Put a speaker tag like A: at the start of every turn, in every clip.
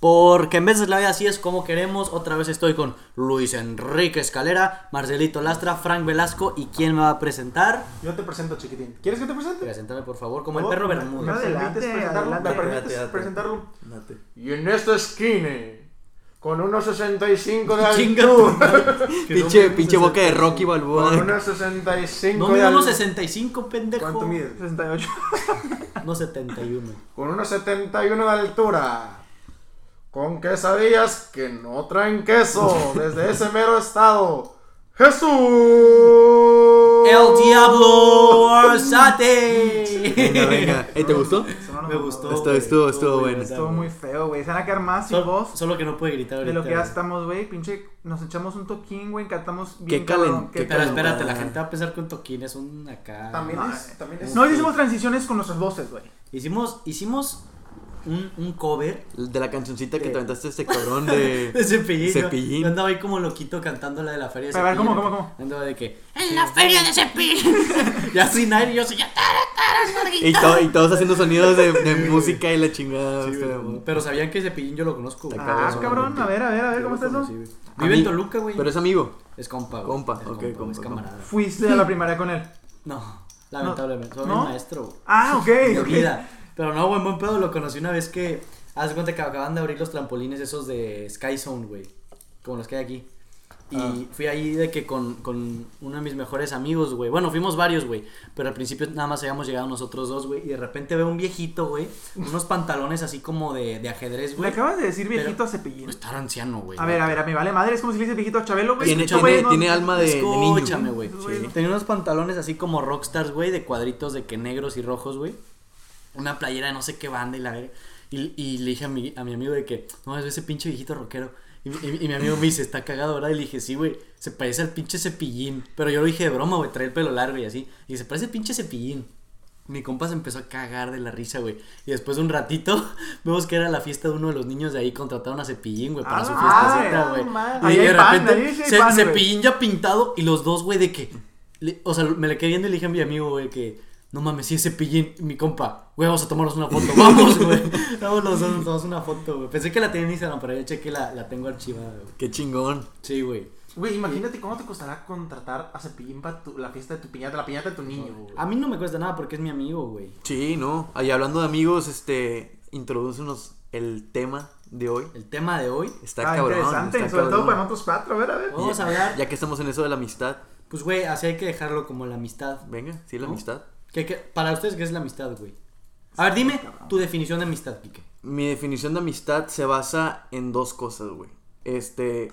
A: Porque en veces la vida así es como queremos. Otra vez estoy con Luis Enrique Escalera, Marcelito Lastra, Frank Velasco y quién me va a presentar.
B: Yo te presento, chiquitín. ¿Quieres que te presente?
A: Preséntame por favor, como el perro
B: ¿Me-
A: Bermúdez.
B: ¿Me permites
C: Adelante,
B: presentarlo? ¿Me
C: adelante.
B: permites
D: Date, date.
B: presentarlo?
D: Date.
B: Y en esta esquina, con 1.65 de
A: Chinga tu madre. pinche, pinche boca de Rocky Balboa.
B: 1.65
A: No mide 1.65, pendejo.
B: ¿Cuánto mides?
C: 68.
A: 1.71.
B: Con 1.71 de altura. Con quesadillas que no traen queso. Desde ese mero estado. ¡Jesús!
A: El Diablo Arzate.
D: Venga, venga. ¿Eh, ¿Te gustó?
C: Eso no
A: Me
C: lo-
A: gustó.
D: Estuvo,
A: güey.
D: estuvo, estuvo
A: güey,
D: bueno.
A: está
C: Estuvo muy feo, güey. Se van a quedar más sin
A: Sol-
C: voz
A: Solo que no puede gritar
C: de
A: ahorita.
C: lo que ya
A: güey.
C: estamos, güey. Pinche, nos echamos un toquín, güey. Cantamos
D: Qué
C: bien.
D: calen-
C: cabrón,
D: qué
C: qué
A: Pero
C: cabrón.
A: espérate, la gente va a pensar que un toquín es un acá.
B: También
C: No,
B: es. Ah, También es.
C: No hicimos transiciones con nuestras voces, güey.
A: Hicimos, hicimos un, un cover
D: De la cancioncita que te aventaste este cabrón de...
A: de Cepillín. ¿no?
D: Cepillín.
A: Yo andaba ahí como loquito cantando la de la feria de
C: A ver,
A: Cepillín.
C: ¿cómo, cómo, cómo?
A: Andaba de que.
E: En la feria de Cepillín.
A: Ya sin aire, yo soy ya.
D: Y, to- y todos haciendo sonidos de, de música y la chingada. este,
A: Sí,
D: estuvo
A: güey.
D: bueno.
A: pero sabían que Cepillín yo lo conozco. güey.
C: Ah,
D: cabrón,
C: cabrón. A ver, a ver, a ver, ¿cómo está
A: Yo lo
C: eso?
A: conocí, güey.
D: A
A: Vive
D: mí-
A: en Toluca, güey.
D: Pero es amigo.
A: Es compa, güey.
D: Compa,
A: Es
D: ok,
A: güey,
D: compa,
A: Es
D: compa.
A: camarada.
C: Fuiste a la primaria con él.
A: No, lamentablemente. Soy
C: ¿No?
A: mi maestro, güey.
C: Ah, ok.
A: de
C: ok.
A: vida. Pero no, buen buen pedo, lo conocí una vez que. Haz de cuenta que acaban de abrir los trampolines esos de Sky Zone, güey. Como los que hay aquí. Y
C: Ah.
A: fui ahí de que con, con uno de mis mejores amigos, güey. Bueno, fuimos varios, güey. Pero al principio nada más habíamos llegado nosotros dos, güey. Y de repente veo un viejito, güey. Unos pantalones así como de, de ajedrez,
C: Le
A: güey.
C: acabas de decir viejito
A: Pero-
C: a Cepillín.
D: pues,
A: Estar anciano, güey.
C: A ver, a ver, a mí vale madre. Es como si le dices viejito a Chabelo, güey.
D: Tiene,
C: Estos
D: tiene-
C: güeyes no-
D: tiene alma de, de niño.
A: Escúchame, güey.
C: Esos güeyes no-
A: Tenía unos pantalones así como rockstars, güey, de cuadritos de que negros y rojos, güey. Una playera de no sé qué banda y la verga. Y, y le dije a mi, a mi amigo de que, no, es ese pinche viejito rockero. Y, y- y mi amigo me dice, está cagado, ¿verdad? Y le dije, sí, güey, se parece al pinche cepillín. Pero yo lo dije de broma, güey, trae el pelo largo y así. Y se parece al pinche cepillín. Mi compa se empezó a cagar de la risa, güey. Y después de un ratito, vemos que era la fiesta de uno de los niños de ahí. Contrataron a Cepillín, güey, para
C: Ah,
A: su
C: la
A: fiestecita,
C: madre,
A: güey.
C: ah,
A: Y
C: madre.
A: de
C: Ahí hay pan,
A: repente,
C: ahí sí hay
A: se-
C: pan, güey.
A: Cepillín ya pintado. Y los dos, güey, de que. le- o sea, me le quedé viendo y le dije a mi amigo, güey, que. No mames, si es Cepillín, mi compa. Güey, vamos a tomarnos una foto. Vamos, güey. Vamos los dos, nos tomamos una foto, güey. Pensé que la tenía en Instagram, pero ya chequé, la, la tengo archivada, güey.
D: Qué chingón.
A: Sí, güey.
B: Güey, imagínate cómo te costará contratar a Cepillín para tu- la fiesta de tu piñata, la piñata de tu niño. güey.
A: A mí no me cuesta nada porque es mi amigo, güey.
D: Sí, ¿no? Ahí hablando de amigos, este... Introducenos el tema de hoy.
A: El tema de hoy.
D: Está
C: Ah,
D: cabrón.
C: interesante,
D: está
C: sobre todo
D: cabrón.
C: para nosotros cuatro, a ver, a ver.
A: Vamos a hablar.
D: Ya que estamos en eso de la amistad.
A: Pues, güey, así hay que dejarlo como la amistad.
D: Venga, sí, la
A: ¿No?
D: amistad.
A: ¿Qué, qué- para ustedes, ¿qué es la amistad, güey? A ver, dime tu definición de amistad, Kike.
D: Mi definición de amistad se basa en dos cosas, güey. Este...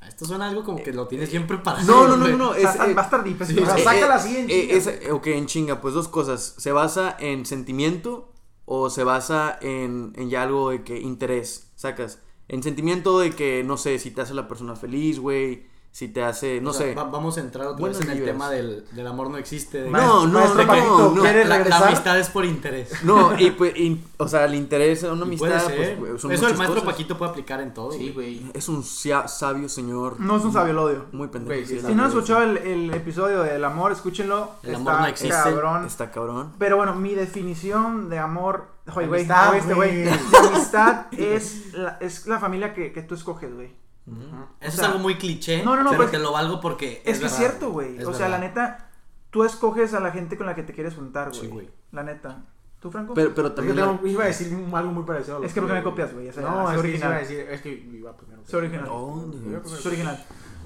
A: Ah, Esto suena algo como que lo tienes bien preparado.
D: No, no, no,
A: güey.
D: no. no,
C: O sea,
D: es,
C: está-
D: eh,
C: va a estar difícil.
B: sí,
C: o sea,
B: sí.
D: Eh,
B: sácala
D: eh,
B: así en
D: eh,
B: chinga,
D: es- ok, en chinga, pues dos cosas. ¿Se basa en sentimiento o se basa en, en ya algo de que interés? Sacas. En sentimiento de que, no sé, si te hace la persona feliz, güey. Si te hace, no
A: O sea,
D: sé.
A: va- vamos a entrar otra vez
D: Buenos
A: en el
D: vibras.
A: tema del, del amor no existe. de-
D: No, no,
B: Maestro
D: no,
B: Paquito,
D: no, no.
A: la,
B: ¿quieres
A: la- la
B: regresar?
A: amistad es por interés.
D: No, y pues, y- o sea, el interés en una
A: Y
D: amistad,
A: puede ser.
D: pues, güey,
A: Eso
D: son
A: el
D: muchas
A: maestro
D: cosas.
A: Paquito puede aplicar en todo.
B: Sí,
A: güey.
B: güey.
D: Es un sia- sabio señor.
C: No es un sabio el odio.
D: Muy pendejo.
B: Güey,
D: sí,
B: sí,
D: es
C: Si no han
D: sabio.
C: escuchado el, el episodio del amor, escúchenlo.
A: El amor no existe.
C: Cabrón.
D: Está cabrón.
C: Pero bueno, mi definición de amor. Oye, güey,
B: Amistad,
C: oye, este güey.
B: güey.
C: De amistad es la, es la familia que, que tú escoges, güey.
A: Eso
C: o sea,
A: es algo muy cliché.
C: no, no, no,
A: pero
C: pues-
A: te lo valgo porque.
C: Es, que es
A: verdad,
C: cierto, güey.
A: Es
C: O sea, la
A: verdad.
C: neta, tú escoges a la gente con la que te quieres juntar, güey.
A: Sí, güey.
C: La neta. ¿Tú, Franco?
D: Pero, pero
B: Es que
D: también. la-
B: tengo- iba a decir algo muy parecido. a lo
C: Es que ¿por qué me
B: tuyo, güey.
C: copias, güey? O sea,
B: No,
C: soy
B: es que
C: original.
B: iba a decir, es que iba primero.
C: Soy original.
D: Oh,
B: Iba
D: Dios.
C: Es
B: primero.
C: original.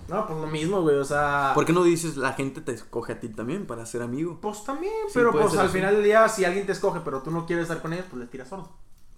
B: No, pues lo mismo, güey, o sea...
D: ¿Por qué no dices la gente te escoge a ti también para ser amigo?
B: Pues también,
D: Sí,
B: pero
D: puede
B: pues
D: ser
B: al
D: así.
B: final del día, si alguien te escoge, pero tú no quieres estar con ellos, pues les tiras sordo.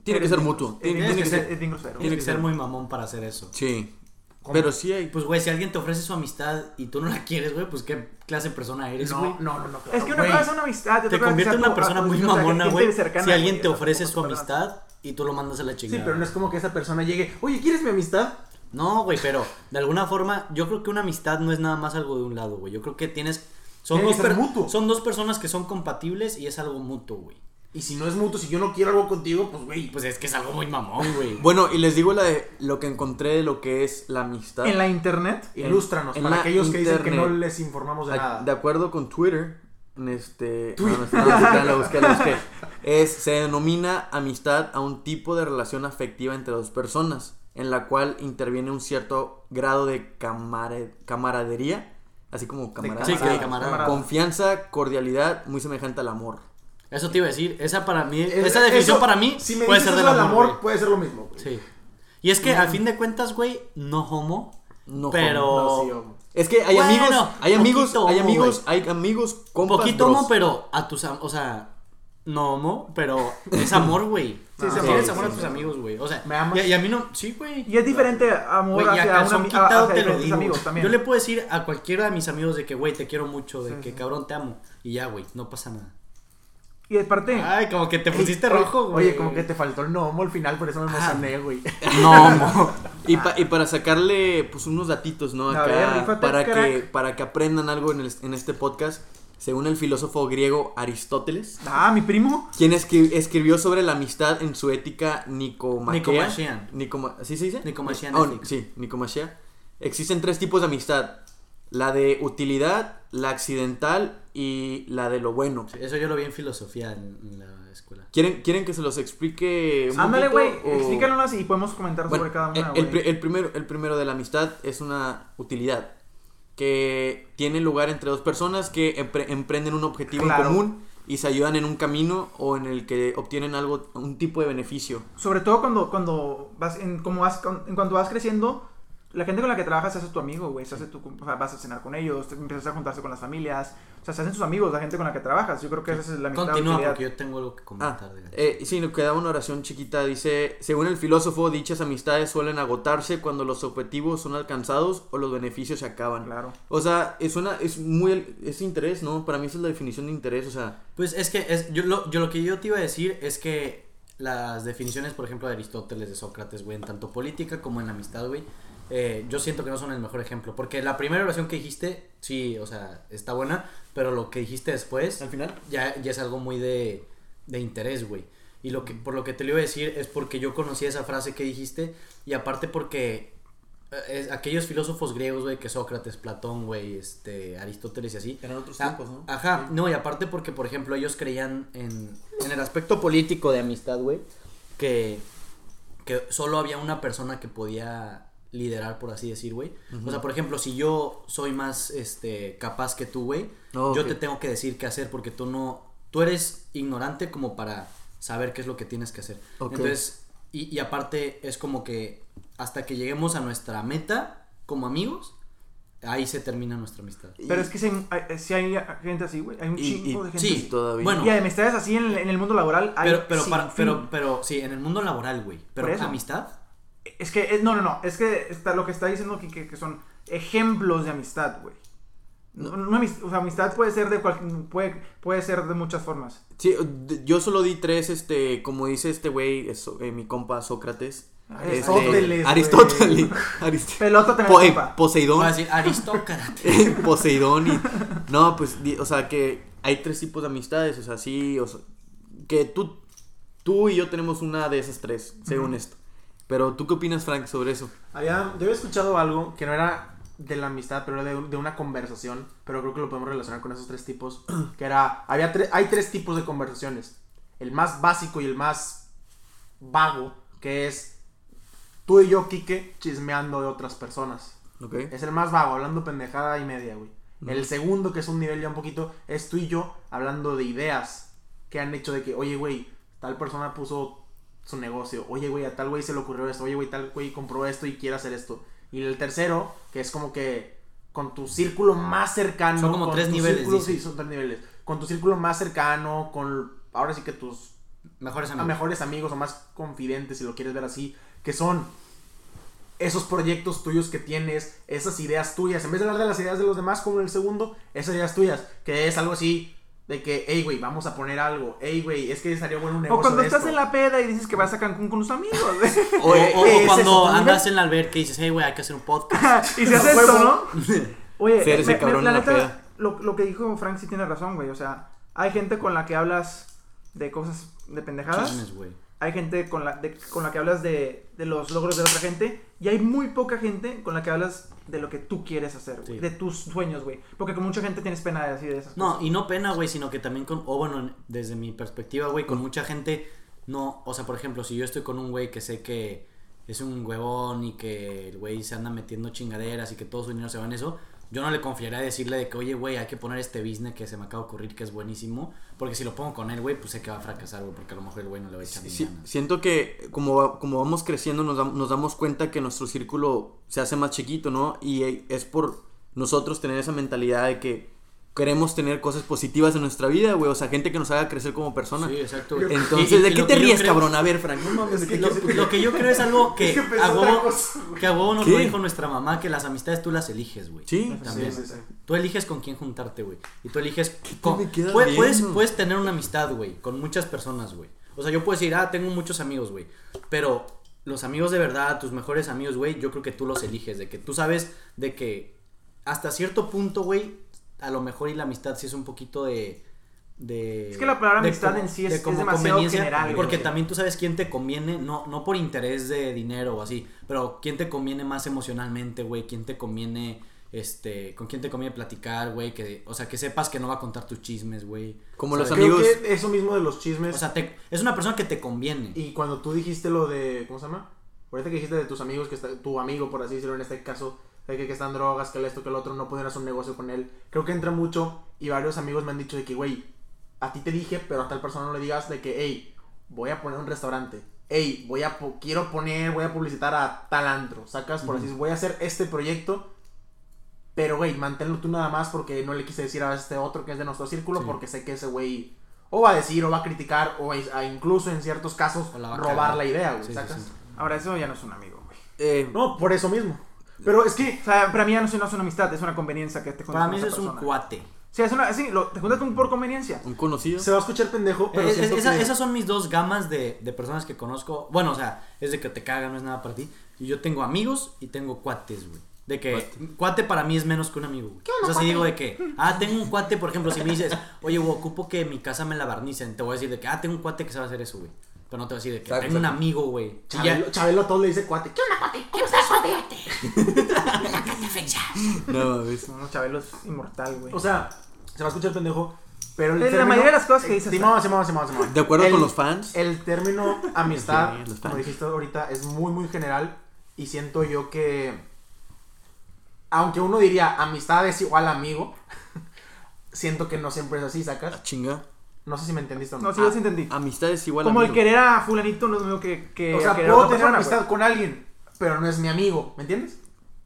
D: Tiene que ser mutuo.
C: Es bien-
A: tiene que
C: es
A: ser-
C: bien grosero.
A: Tienes que ser muy mamón para hacer eso.
D: Sí.
B: ¿Cómo?
D: Pero sí hay.
A: Pues, güey, si alguien te ofrece su amistad y tú no la quieres, güey, pues qué clase de persona eres, güey.
B: No, no, no, no, claro,
C: Es que una
B: güey.
C: cosa es una amistad. y otra
A: Te
C: cosa es que
A: convierte en
C: sea
A: una
C: tu-
A: persona
C: o
A: muy
C: sea, que
A: mamona,
C: gente
A: güey.
C: cercana,
A: Si alguien
C: güey,
A: te
C: o sea,
A: ofrece
C: tampoco
A: su
C: es para-
A: amistad y tú lo mandas a la
B: Sí,
A: chingada.
B: pero no es como que esa persona llegue, oye, ¿quieres mi amistad?
A: No, güey, pero de alguna forma yo creo que una amistad no es nada más algo de un lado, güey. Yo creo que tienes son
B: Tiene
A: dos
B: que ser
A: per-
B: mutuo.
A: son dos personas que son compatibles y es algo mutuo, güey.
B: Y si no es mutuo, si yo no quiero algo contigo, pues güey, pues
A: Pues es que es algo muy mamón, güey.
D: Bueno, y les digo la de, lo que encontré de lo que es la amistad.
C: En la internet.
B: ilústranos
D: en
B: para
D: la
B: aquellos que dicen que no
D: internet.
B: les
A: Ah.
B: informamos de
D: A-
B: nada.
D: de acuerdo con Twitter, en este. no, no, no, no, la busqué, la busqué. Es, se denomina amistad a un tipo de relación afectiva entre dos personas, en la cual interviene un cierto grado de camare- camaradería, así como camarada,
A: Sí, que- camarada.
D: confianza, cordialidad, muy semejante al amor.
A: Eso te iba a decir, esa para mí,
B: Es-
A: esa definición
B: Eh, eso,
A: para mí
B: si me
A: puede
B: dices
A: ser del
B: eso pues.
A: amor. güey.
B: puede ser lo mismo. güey.
A: Sí. Y es que al
B: Mm.
A: fin de cuentas, güey, no homo,
D: No
A: pero
B: No, sí, homo.
D: Es que hay
A: Bueno,
D: amigos, hay amigos,
A: poquito
D: hay
A: homo,
D: amigos, hay amigos, compas,
A: poquito
D: bros.
A: homo, pero a tus, am- o sea, no homo, pero es amor, güey.
B: Sí, es
A: Si
B: amor,
A: tienes
B: sí,
A: amor
B: sí,
A: a tus
B: sí.
A: amigos, güey. O sea,
C: ¿Me amas?
A: y, a- y a mí no, sí, güey.
C: Y es diferente amor
A: Güey, y a
C: hacia un
A: calzón
C: ami- a-
A: quitado
C: hacia
A: te lo
C: diferentes
A: digo.
C: amigos también.
A: Yo le puedo decir a cualquiera de mis amigos de que, güey, te quiero mucho, de que cabrón te amo. Y ya, güey, no pasa nada.
C: Y aparte,
A: Ay, como que te pusiste
B: Oye,
A: rojo, güey. Ah.
B: Oye, como que te faltó el no homo al final, por eso me emocioné, güey.
D: No, mo. Y, pa- y para sacarle pues unos datitos, ¿no?
C: Ah. A
D: Acá,
C: ver, rífate,
D: para, que,
C: crack.
D: para que aprendan algo en, el- en este podcast, según el filósofo griego Aristóteles,
C: ah, mi primo.
D: quien escri- escribió sobre la amistad en su ética nicomaquea.
A: Nicomachean.
D: Nicoma- ¿Sí se dice?
A: Nicomachean
D: Oh,
A: ethics.
D: sí, nicomachea. Existen tres tipos de amistad. La de utilidad, la accidental y la de lo bueno.
A: Sí, Eso yo lo vi en filosofía en, en la escuela.
D: ¿Quieren, ¿Quieren que se los explique un
C: Ándale, güey,
D: poquito, o-
C: explícanos y podemos comentar
D: Bueno,
C: sobre cada una,
D: el, el
C: güey.
D: pri- el primero, el primero de la amistad es una utilidad que tiene lugar entre dos personas que empre- emprenden un objetivo
C: Claro.
D: en común y se ayudan en un camino o en el que obtienen algo, un tipo de beneficio.
C: Sobre todo cuando, cuando vas, en, como vas, con- en cuanto vas creciendo, la gente con la que trabajas se hace tu amigo, güey. Se hace tu, o sea, vas a cenar con ellos, te empiezas a juntarse con las familias. O sea, se hacen tus amigos, la gente con la que trabajas. Yo creo que esa es la amistad.
A: Continúa
C: utilidad.
A: porque yo tengo algo que
D: Ah,
A: comentar. de-
D: eh, sí, nos quedaba una oración chiquita. Dice, según el filósofo, dichas amistades suelen agotarse cuando los objetivos son alcanzados o los beneficios se acaban.
C: Claro.
D: O sea, es una, es muy, es interés, ¿no? Para mí esa es la definición de interés, o sea,
A: Pues es que es, yo, lo, yo lo que yo te iba a decir es que las definiciones, por ejemplo, de Aristóteles, de Sócrates, güey, en tanto política como en amistad, güey, eh, yo siento que no son el mejor ejemplo. Porque la primera oración que dijiste, sí, o sea, está buena, pero lo que dijiste después
D: al final.
A: ya, ya es algo muy de, de interés, güey. Y lo que, por lo que te lo iba a decir es porque yo conocí esa frase que dijiste y aparte porque eh, es- aquellos filósofos griegos, güey, que Sócrates, Platón, güey, este, Aristóteles y así,
D: Eran otros
A: Ah,
D: tiempos, ¿no?
A: Ajá, no, y aparte porque, por ejemplo, ellos creían en, en el aspecto político de amistad, güey, que, que solo había una persona que podía liderar, por así decir, güey. O sea, por ejemplo, si yo soy más este, capaz que tú, güey,
D: Oh,
A: yo
D: ok.
A: te tengo que decir qué hacer porque tú no, tú eres ignorante como para saber qué es lo que tienes que hacer.
D: Ok.
A: Entonces, y, y aparte es como que hasta que lleguemos a nuestra meta como amigos, ahí se termina nuestra amistad.
C: Pero es que si hay, hay- sí hay gente así, güey. Hay un
D: Y-
C: chingo
D: y-
C: de gente
A: sí,
C: así.
D: todavía.
A: Bueno,
C: Y amistades así en, el- en el mundo laboral. Hay
A: Pero, pero,
C: sin
A: para- pero,
C: fin.
A: pero, sí, en el mundo laboral, güey.
C: Por
A: Pero
C: eso.
A: amistad.
C: Es que, es- no, no, no. Es que está, lo que está diciendo aquí que, que son ejemplos de amistad, güey. No. amistad, o sea, amistad puede ser de cual- puede, puede ser de muchas formas.
D: Sí, d- yo solo di tres, este, como dice este güey, es- eh, mi compa Sócrates.
C: Ah,
D: Este,
B: Aristóteles, güey.
D: Aristóteles. Arist-
C: Pelota también.
D: Po- eh,
C: compa.
A: Voy a
C: Ah,
D: Poseidón.
A: decir aristócrata.
D: Poseidón y... No, pues, di- o sea, que hay tres tipos de amistades, o sea, sí, o sea, que tú, tú y yo tenemos una de esas tres, según esto. Pero, ¿tú qué opinas, Frank, sobre eso?
B: Había, yo había escuchado algo que no era de la amistad, pero era de, un- de una conversación, pero creo que lo podemos relacionar con esos tres tipos, que era, había tre- hay tres tipos de conversaciones, el más básico y el más vago, que es tú y yo, Quique, chismeando de otras personas.
D: ¿Ok?
B: Es el más vago, hablando pendejada y media, güey. El segundo, que es un nivel ya un poquito, es tú y yo hablando de ideas que han hecho de que, oye, güey, tal persona puso su negocio. Oye, güey, a tal güey se le ocurrió esto. Oye, güey, tal güey compró esto y quiere hacer esto. Y el tercero, que es como que con tu círculo más cercano.
A: Son como
B: con
A: tres
B: tu
A: niveles,
B: círculo-
A: dices.
B: sí, son tres niveles. Con tu círculo más cercano, con ahora sí que tus
A: Mejores
B: a
A: amigos.
B: mejores amigos o más confidentes, si lo quieres ver así, que son esos proyectos tuyos que tienes, esas ideas tuyas, en vez de hablar de las ideas de los demás como en el segundo, esas ideas tuyas, que es algo así de que, hey, güey, vamos a poner algo, hey, güey, es que estaría bueno un negocio.
C: O cuando
B: de
C: estás
B: esto".
C: en la peda y dices que vas a Cancún con unos amigos, güey.
A: O, o- o
B: Ese es
A: cuando
B: otro nivel.
A: andas en la alberca y dices, hey, güey, hay que hacer un podcast.
C: y se hace
B: Huevo.
C: esto, ¿no? Oye,
D: Ser ese
C: me- me-
D: cabrón
C: la
D: en la
C: neta,
D: peda.
C: lo, lo que dijo Frank sí tiene razón, güey. O sea, hay gente con la que hablas de cosas de pendejadas.
A: Chismes, güey.
C: hay gente con la, de- con la que hablas de, de los logros de la otra gente y hay muy poca gente con la que hablas de lo que tú quieres hacer, güey,
A: Sí.
C: de tus sueños, güey. Porque con mucha gente tienes pena de decir esas
A: No,
C: cosas.
A: y no pena, güey, sino que también con, o bueno, en- desde mi perspectiva, güey, con mucha gente, no, o sea, por ejemplo, si yo estoy con un güey que sé que es un huevón y que el güey se anda metiendo chingaderas y que todo su dinero se va en eso, yo no le confiaría decirle de que, oye, güey, hay que poner este business que se me acaba de ocurrir que es buenísimo, porque si lo pongo con él, güey, pues sé que va a fracasar, güey, porque a lo mejor el güey no le va a echar ni
D: Sí,
A: ganas.
D: siento que como, va- como vamos creciendo nos, dam- nos damos cuenta que nuestro círculo se hace más chiquito, ¿no? Y eh, es por nosotros tener esa mentalidad de que queremos tener cosas positivas en nuestra vida, güey. O sea, gente que nos haga crecer como persona.
A: Sí, exacto, güey.
D: Entonces,
A: Y- y-
D: ¿de
A: y
D: qué
A: lo
D: te
A: que yo
D: ríes,
A: creo-
D: cabrón? A ver, Frank. no mames.
B: Es que
A: Lo, lo que yo creo es algo que,
B: Es que pensé
A: a
B: otra
A: huevo-
B: cosa, güey.
A: que a huevo nos
D: ¿Qué?
A: lo dijo nuestra mamá, que las amistades tú las eliges, güey.
D: Sí.
A: También.
B: Sí, sí, sí.
A: Tú eliges con quién juntarte, güey. Y tú eliges.
D: te
A: con-
D: me quedas
A: Pue- puedes,
D: viendo?
A: puedes tener una amistad, güey, con muchas personas, güey. O sea, yo puedo decir, ah, tengo muchos amigos, güey. Pero los amigos de verdad, tus mejores amigos, güey, yo creo que tú los eliges. De que tú sabes de que hasta cierto punto, güey, a lo mejor y la amistad sí es un poquito de. de
C: Es que la palabra
A: de
C: amistad
A: como-
C: en sí es-
A: de como
C: es demasiado
A: conveniencia,
C: general, güey.
A: Porque también tú sabes quién te conviene, no, no por interés de dinero o así, pero quién te conviene más emocionalmente, güey, quién te conviene, este, con quién te conviene platicar, güey, que, o sea, que sepas que no va a contar tus chismes, güey.
D: Como
A: ¿Sabes?
D: los
B: Creo
D: amigos.
B: que eso mismo de los chismes.
A: O sea, te- es una persona que te conviene.
B: Y cuando tú dijiste lo de. ¿Cómo se llama? Ahorita que dijiste de tus amigos, que está, tu amigo, por así decirlo, en este caso, de que, que están drogas, que el esto, que el otro, no pudieron hacer un negocio con él. Creo que entra mucho y varios amigos me han dicho de que, güey, a ti te dije, pero a tal persona no le digas de que, hey, voy a poner un restaurante. Hey, voy a po- quiero poner, voy a publicitar a tal antro. Sacas por así, voy a hacer este proyecto. Pero, güey, manténlo tú nada más porque no le quise decir a este otro que es de nuestro círculo
A: Sí.
B: porque sé que ese güey o va a decir o va a criticar o es- a incluso en ciertos casos
A: O la va a
B: robar
A: cagar.
B: la idea, güey.
A: Sí, sí,
B: ¿sacas?
A: sí.
C: Ahora eso ya no es un amigo, güey.
D: eh,
B: No, por eso mismo. Pero es que
C: O sea, para mí ya no es, no es una amistad, es una conveniencia que te juntas
A: Para mí
C: con
A: eso
C: esa
A: es un
C: persona.
A: cuate.
C: Sí, es una, sí, lo- te juntas con- por conveniencia.
D: un conocido.
B: se va a escuchar pendejo, pero
A: Eh, Es- es-
B: siento
A: esa-
B: que-
A: Esas son mis dos gamas de, de personas que conozco. Bueno, o sea, es de que te cagan, no es nada para ti. Y yo tengo amigos y tengo cuates, güey. De que cuate. para mí es menos que un amigo, güey. O sea, si digo de que, ah, tengo un cuate, por ejemplo, si me dices, oye, güey, ocupo que mi casa me la barnicen, te voy a decir de que, ah, tengo un cuate que sabe hacer eso, güey. Pero no te voy a decir de que,
D: Exacto,
A: tengo un
D: exacto.
A: amigo, güey. Y ya-
B: Chabelo, Chabelo a todos le dice cuate. ¿Qué onda, cuate?
E: ¿Cómo estás, cuate? La catafixia.
D: No, mames.
C: Uno Chabelo es inmortal, güey.
B: O sea, se va a escuchar pendejo, pero el
C: De la mayoría de las cosas que dices,
B: Simón, Simón, Simón, Simón.
D: De acuerdo
B: El-
D: con los fans.
B: El término amistad,
D: Sí, los
B: como
D: fans.
B: dijiste ahorita, es muy, muy general. Y siento yo que. Aunque uno diría amistad es igual a amigo, siento que no siempre es así,
D: Ah,
B: sacas.
D: chinga.
B: No sé si me entendiste o no. Ah,
C: no, sí,
A: ah,
C: yo sí entendí.
D: Amistad es igual
C: Como
D: a
C: el querer a fulanito no es lo mismo que, eh, que
B: o sea,
C: a querer a
B: puedo
C: otra
B: tener
C: persona,
B: amistad
C: güey.
B: con alguien, pero no es mi amigo, ¿me entiendes?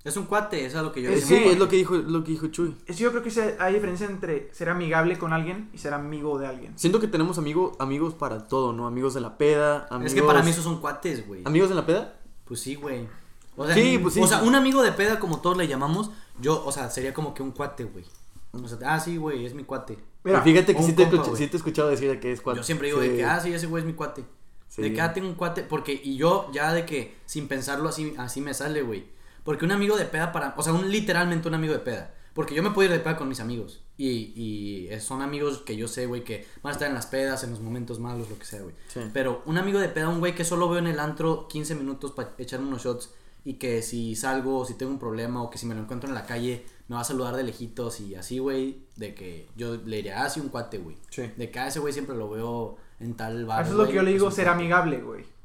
A: es un cuate, eso es lo que yo
C: Es-
A: decía.
D: Sí,
C: Sí.
D: es lo que dijo, lo que dijo Chuy.
C: Es que yo creo que se- hay diferencia entre ser amigable con alguien y ser amigo de alguien.
D: Siento que tenemos amigo, amigos para todo, ¿no? Amigos de la peda, amigos...
A: Es que para mí esos son cuates, güey.
D: ¿Amigos de la peda?
A: Pues sí, güey. O sea,
D: Sí, pues sí.
A: o sea, un amigo de peda, como todos le llamamos, yo, o sea, sería como que un cuate, güey. O sea, ah, sí, güey, es mi cuate.
D: Pero fíjate que
A: un
D: sí te,
A: compa,
D: escuch-
A: güey.
D: sí te he escuchado decir de que es cuate.
A: Yo siempre digo
D: Sí.
A: de que, ah, sí, ese güey es mi cuate.
D: Sí.
A: De que, ah, tengo un cuate. Porque, y yo ya de que, sin pensarlo así, así me sale, güey. Porque un amigo de peda para, o sea, un, literalmente un amigo de peda. Porque yo me puedo ir de peda con mis amigos. Y, y es- son amigos que yo sé, güey, que van a estar en las pedas, en los momentos malos, lo que sea, güey.
D: Sí.
A: Pero un amigo de peda, un güey que solo veo en el antro 15 minutos para echarme unos shots. Y que si salgo, o si tengo un problema, o que si me lo encuentro en la calle, me va a saludar de lejitos y así, güey. De que yo le diría, ah, sí, un cuate, güey.
D: Sí.
A: De que a ese güey siempre lo veo en tal bar.
C: Eso es lo que
A: güey,
C: yo le digo,
A: es un
C: ser
A: cuate.
C: amigable, güey.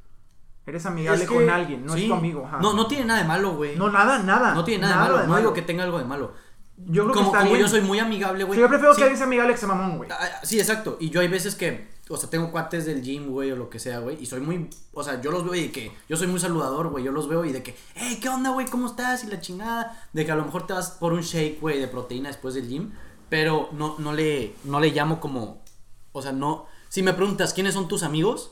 C: Eres amigable
B: Es que-
C: con alguien, no
A: Sí.
C: es tu amigo. ajá.
A: No, no tiene nada de malo, güey.
C: No, nada, nada.
A: No tiene nada, de malo. no digo que tenga algo de malo.
C: Yo creo que
A: como
C: está
A: como
C: bien.
A: yo soy muy amigable, güey.
C: Sí, yo prefiero
A: sí,
C: que alguien sea amigable que sea mamón, güey.
A: ah, Sí, exacto. Y yo hay veces que, o sea, tengo cuates del gym, güey, o lo que sea, güey. Y soy muy, o sea, yo los veo y de que yo soy muy saludador, güey. Yo los veo y de que, hey, ¿qué onda, güey? ¿Cómo estás? Y la chingada. De que a lo mejor te vas por un shake, güey, de proteína después del gym. Pero no, no, le, no le llamo como, o sea, no. Si me preguntas quiénes son tus amigos,